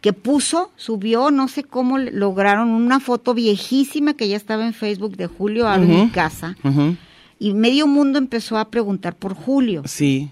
que puso, subió, no sé cómo le- lograron una foto viejísima que ya estaba en Facebook de Julio Aro en
Ujú.
mi casa
Ujú.
y medio mundo empezó a preguntar por Julio.
Sí.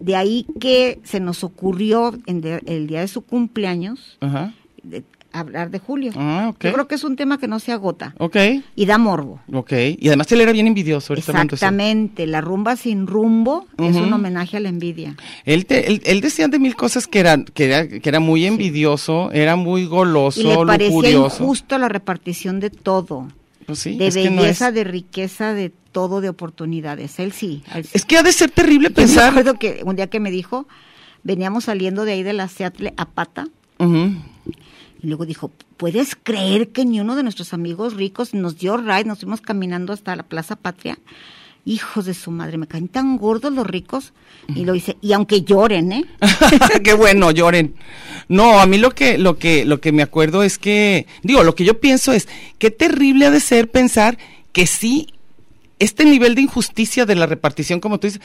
De ahí que se nos ocurrió en de- el día de su cumpleaños
Ajá.
de- hablar de Julio.
Ah, ok.
Yo creo que es un tema que no se agota
Ok.
y da morbo.
Ok. Y además él era bien envidioso. ahorita hablando eso.
Exactamente, la rumba sin rumbo es
Ujú.
un homenaje a la envidia.
Él, te- él, él decía de mil cosas que era, que era, que era muy envidioso, era muy goloso,
Y le parecía
lujurioso.
injusto la repartición de todo,
Pues sí,
de
es que no
belleza,
es-
de riqueza, de todo, de oportunidades. Él sí. él sí.
Es que ha de ser terrible
Yo me
pensar.
acuerdo que un día que me dijo, veníamos saliendo de ahí de la Seattle a pata,
Ujú.
Y luego dijo, ¿puedes creer que ni uno de nuestros amigos ricos nos dio ride? Nos fuimos caminando hasta la Plaza Patria. Hijos de su madre, me caen tan gordos los ricos. Y lo dice, y aunque lloren, ¿eh?
Qué bueno, lloren. No, a mí lo que, lo que, lo que me acuerdo es que, digo, lo que yo pienso es, qué terrible ha de ser pensar que sí, este nivel de injusticia de la repartición, como tú dices,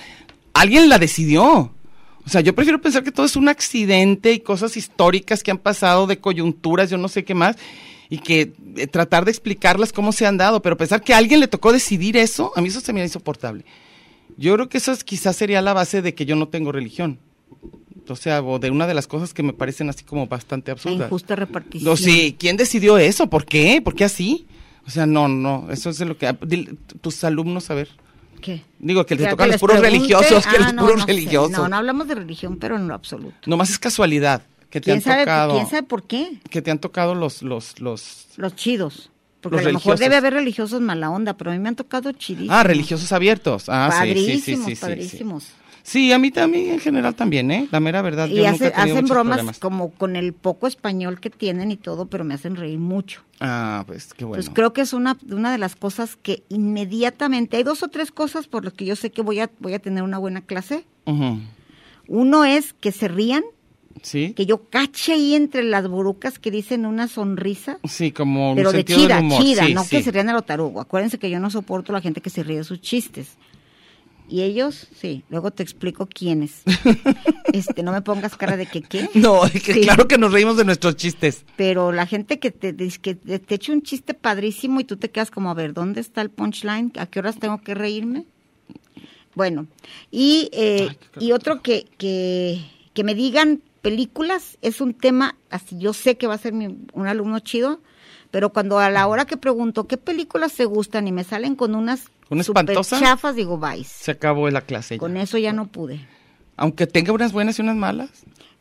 alguien la decidió. O sea, yo prefiero pensar que todo es un accidente y cosas históricas que han pasado de coyunturas, yo no sé qué más, y que eh, tratar de explicarlas cómo se han dado, pero pensar que a alguien le tocó decidir eso, a mí eso se me da insoportable. Yo creo que eso es- quizás sería la base de que yo no tengo religión. O sea, o de una de las cosas que me parecen así como bastante
La
absurdas.
injusta repartición.
No, sí, ¿quién decidió eso? ¿Por qué? ¿Por qué así? O sea, no, no, eso es de lo que ah, dile, t- tus alumnos a ver.
¿Qué?
Digo, que
O
les
sea,
tocan los
les
puros
pregunten,
religiosos, que
ah,
los puros
sé.
religiosos.
No, no hablamos de religión, pero en lo absoluto.
Nomás es casualidad que te
¿Quién
han
sabe,
tocado
¿Quién sabe por qué?
que te han tocado los los los
Los chidos. Porque
Los
a lo mejor
religiosos.
debe haber religiosos mala onda, pero a mí me han tocado chidísimos.
Ah, religiosos abiertos. Ah, sí, sí, sí,
padrísimos,
sí, sí, sí.
padrísimos.
Sí, a mí también en general también, ¿eh? La mera verdad
Y
yo
hace-
nunca he tenido
hacen
muchos
bromas
problemas.
como con el poco español que tienen y todo, pero me hacen reír mucho.
Ah, pues qué bueno.
Entonces creo que es una, una de las cosas que inmediatamente, hay dos o tres cosas por las que yo sé que voy a, voy a tener una buena clase.
Ujú.
Uno es que se rían,
Sí.
que yo cache ahí entre las burucas que dicen una sonrisa,
Sí, como un
pero de
sentido
chida,
del humor.
chida,
sí,
no
sí.
que se rían a lo tarugo. Acuérdense que yo no soporto la gente que se ríe de sus chistes. Y ellos, sí, luego te explico quiénes. este, no me pongas cara de que qué.
No, es que
Sí.
claro que nos reímos de nuestros chistes.
Pero la gente que te dice que te, te echa un chiste padrísimo y tú te quedas como, a ver, ¿dónde está el punchline? ¿A qué horas tengo que reírme? Bueno, y, eh, y otro que, que, que me digan películas es un tema, así yo sé que va a ser mi- un alumno chido, pero cuando a la hora que pregunto qué películas se gustan y me salen con unas
¿Una
super
espantosa?
chafas, digo, vais.
Se acabó la clase. ya.
Con eso ya no pude.
Aunque tenga unas buenas y unas malas.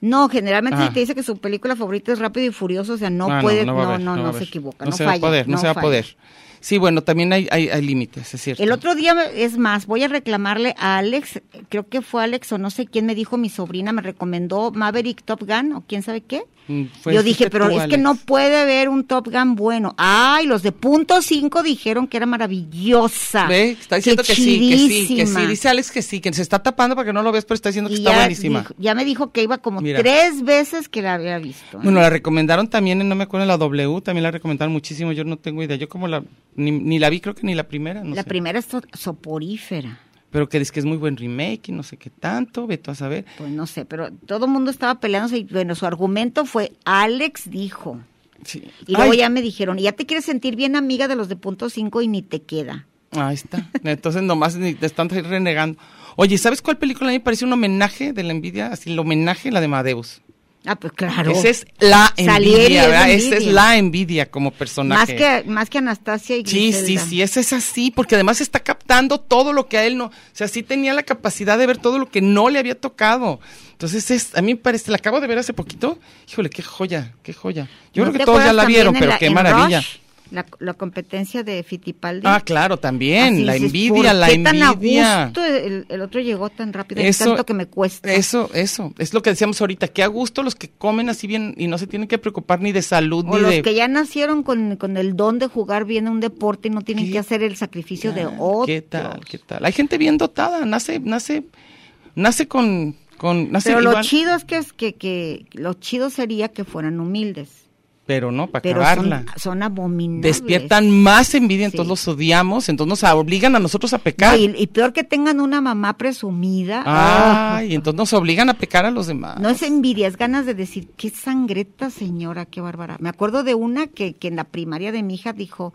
No, generalmente
Ah.
si te dice que su película favorita es Rápido y Furioso, o sea, no
Ah,
puede, no,
va a
no,
haber,
no,
va a
se
haber.
equivoca,
No,
no,
se
falla.
va a poder, no, se va
falla.
a poder. Sí, bueno, también hay, hay, hay límites, es cierto.
El otro día, me- es más, voy a reclamarle a Alex, creo que fue Alex o no sé quién me dijo, mi sobrina me recomendó Maverick Top Gun o quién sabe qué.
Mm, fue-
Yo
fuiste
dije, pero
tú,
es que
Alex.
no puede haber un Top Gun bueno. Ay, los de punto cinco dijeron que era maravillosa.
Ve, está diciendo
Qué
que sí, que sí, que sí.
chidísima.
Dice Alex que sí, que se está tapando para que no lo veas, pero está diciendo que
Y
está
ya,
buenísima.
dijo- ya me dijo que iba como
Mira.
tres veces que la había visto. ¿eh?
Bueno, la recomendaron también, en- no me acuerdo, en la W, también la recomendaron muchísimo, yo no tengo idea. Yo como la, ni, ni la vi, creo que ni la primera, no
la
sé.
primera es so- soporífera.
Pero que dice que es muy buen remake y no sé qué tanto, ve tú a saber.
Pues no sé, pero todo el mundo estaba peleándose y bueno, su argumento fue Alex dijo.
Sí.
Y luego
Ay,
ya me dijeron, "Y ya te quieres sentir bien amiga de los de punto cinco y ni te queda.
Ahí está. Entonces nomás ni te están renegando. Oye, ¿sabes cuál película a mí me parece un homenaje de la envidia? Así, el homenaje, la de Madeus.
Ah, pues claro.
Esa es la
Salieri
envidia,
es
¿verdad?
envidia.
Esa es la envidia como
más
personaje.
que más que Anastasia y
Sí, sí,
Griselda.
sí, esa es así, porque además está captando todo lo que a él no, o sea, sí tenía la capacidad de ver todo lo que no le había tocado. Entonces, es, a mí me parece, la acabo de ver hace poquito, híjole, qué joya, qué joya. Yo
¿No
creo
te
que todos ya
acuerdas
la vieron,
también en
pero
la-
qué
en
maravilla.
Rush? La, la competencia de Fittipaldi.
Ah, claro, también.
Así
la
dices,
envidia,
¿por
la
qué
envidia.
Tan a gusto el, el otro llegó tan rápido, y tanto que me cuesta.
Eso, eso. Es lo que decíamos ahorita. Qué a gusto los que comen así bien y no se tienen que preocupar ni de salud
o
ni
los
de.
que ya nacieron con, con el don de jugar bien un deporte y no tienen
¿Qué
que hacer el sacrificio de
tal?
otros.
Ah, ¿Qué tal? ¿Qué tal? Hay gente bien dotada. Nace, nace, nace con. con nace
Pero lo
igual.
chido es que, es que, que lo chido sería que fueran humildes.
Pero no, para
Pero
acabarla.
son, son abominables.
Despiertan más envidia, entonces
Sí.
los odiamos, entonces nos obligan a nosotros a pecar.
No, y, y peor que tengan una mamá presumida. Ah.
Ay, entonces nos obligan a pecar a los demás.
No es envidia, es ganas de decir, qué sangreta señora, qué bárbara. Me acuerdo de una que, que en la primaria de mi hija dijo,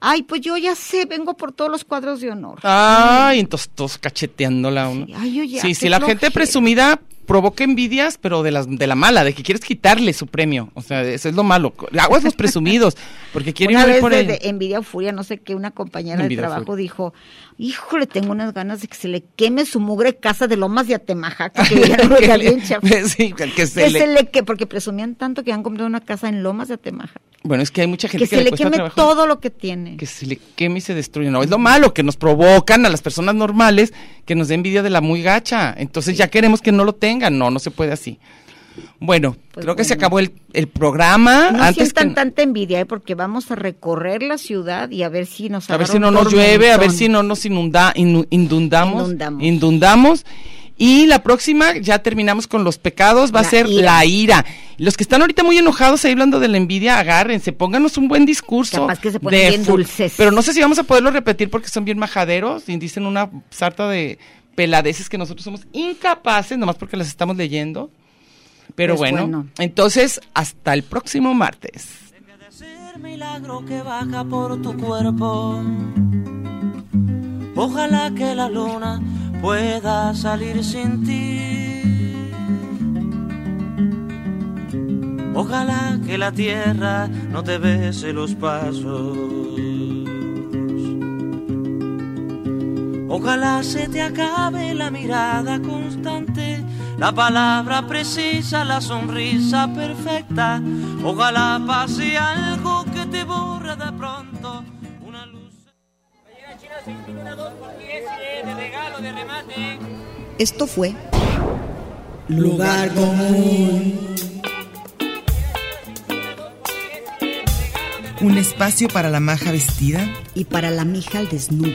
ay, pues yo ya sé, vengo por todos los cuadros de honor.
Ah. Ay, entonces todos cacheteándola uno.
Sí, ay, oye, ah,
sí,
qué
sí, la gente
flojera.
presumida provoca envidias, pero de las de la mala, de que quieres quitarle su premio. O sea, eso es lo malo. Aguas los presumidos, porque quieren
una
ir
vez
por
de,
él.
de envidia o furia, no sé qué, una compañera de
Envidia o
trabajo
furia.
dijo, híjole, tengo unas ganas de que se le queme su mugre casa de Lomas de Atemajaca, que ya no
Que
era
le-
bien chafa.
sí, que- que se
Que
le-
se le que, porque presumían tanto que han comprado una casa en Lomas de Atemajaca.
Bueno, es que hay mucha gente
Que
que,
se le
cuesta
queme
trabajo.
todo lo que tiene.
Que se le queme y se destruye. No, es lo malo, que nos provocan a las personas normales que nos dé envidia de la muy gacha. Entonces ya queremos que no lo tengan. No, no se puede así. Bueno,
Pues
creo que se
bueno.
acabó el, el programa.
No
Antes
sientan
que-
tanta envidia, ¿eh? porque vamos a recorrer la ciudad y a ver si nos
A ver
agarra
si
un
no nos llueve, a ver
tormentón.
si no nos inunda, inu- inundamos,
Inundamos.
inundamos. Y la próxima, ya terminamos con los pecados, va
La
a ser
ira.
la ira. Los que están ahorita muy enojados ahí hablando de la envidia, agárrense, pónganos un buen discurso.
Capaz que se ponen bien
fu-
dulces.
Pero no sé si vamos a poderlo repetir porque son bien majaderos y dicen una sarta de peladeces que nosotros somos incapaces, nomás porque las estamos leyendo. Pero
Pues
bueno,
bueno.
entonces hasta el próximo martes.
ser milagro que baja por tu cuerpo. Ojalá que la luna pueda salir sin ti. Ojalá que la tierra no te bese los pasos. Ojalá se te acabe la mirada constante, la palabra precisa, la sonrisa perfecta. Ojalá pase algo que te borra de pronto una luz.
Esto fue
lugar común.
Un espacio para la maja vestida.
Y para la mija al desnudo.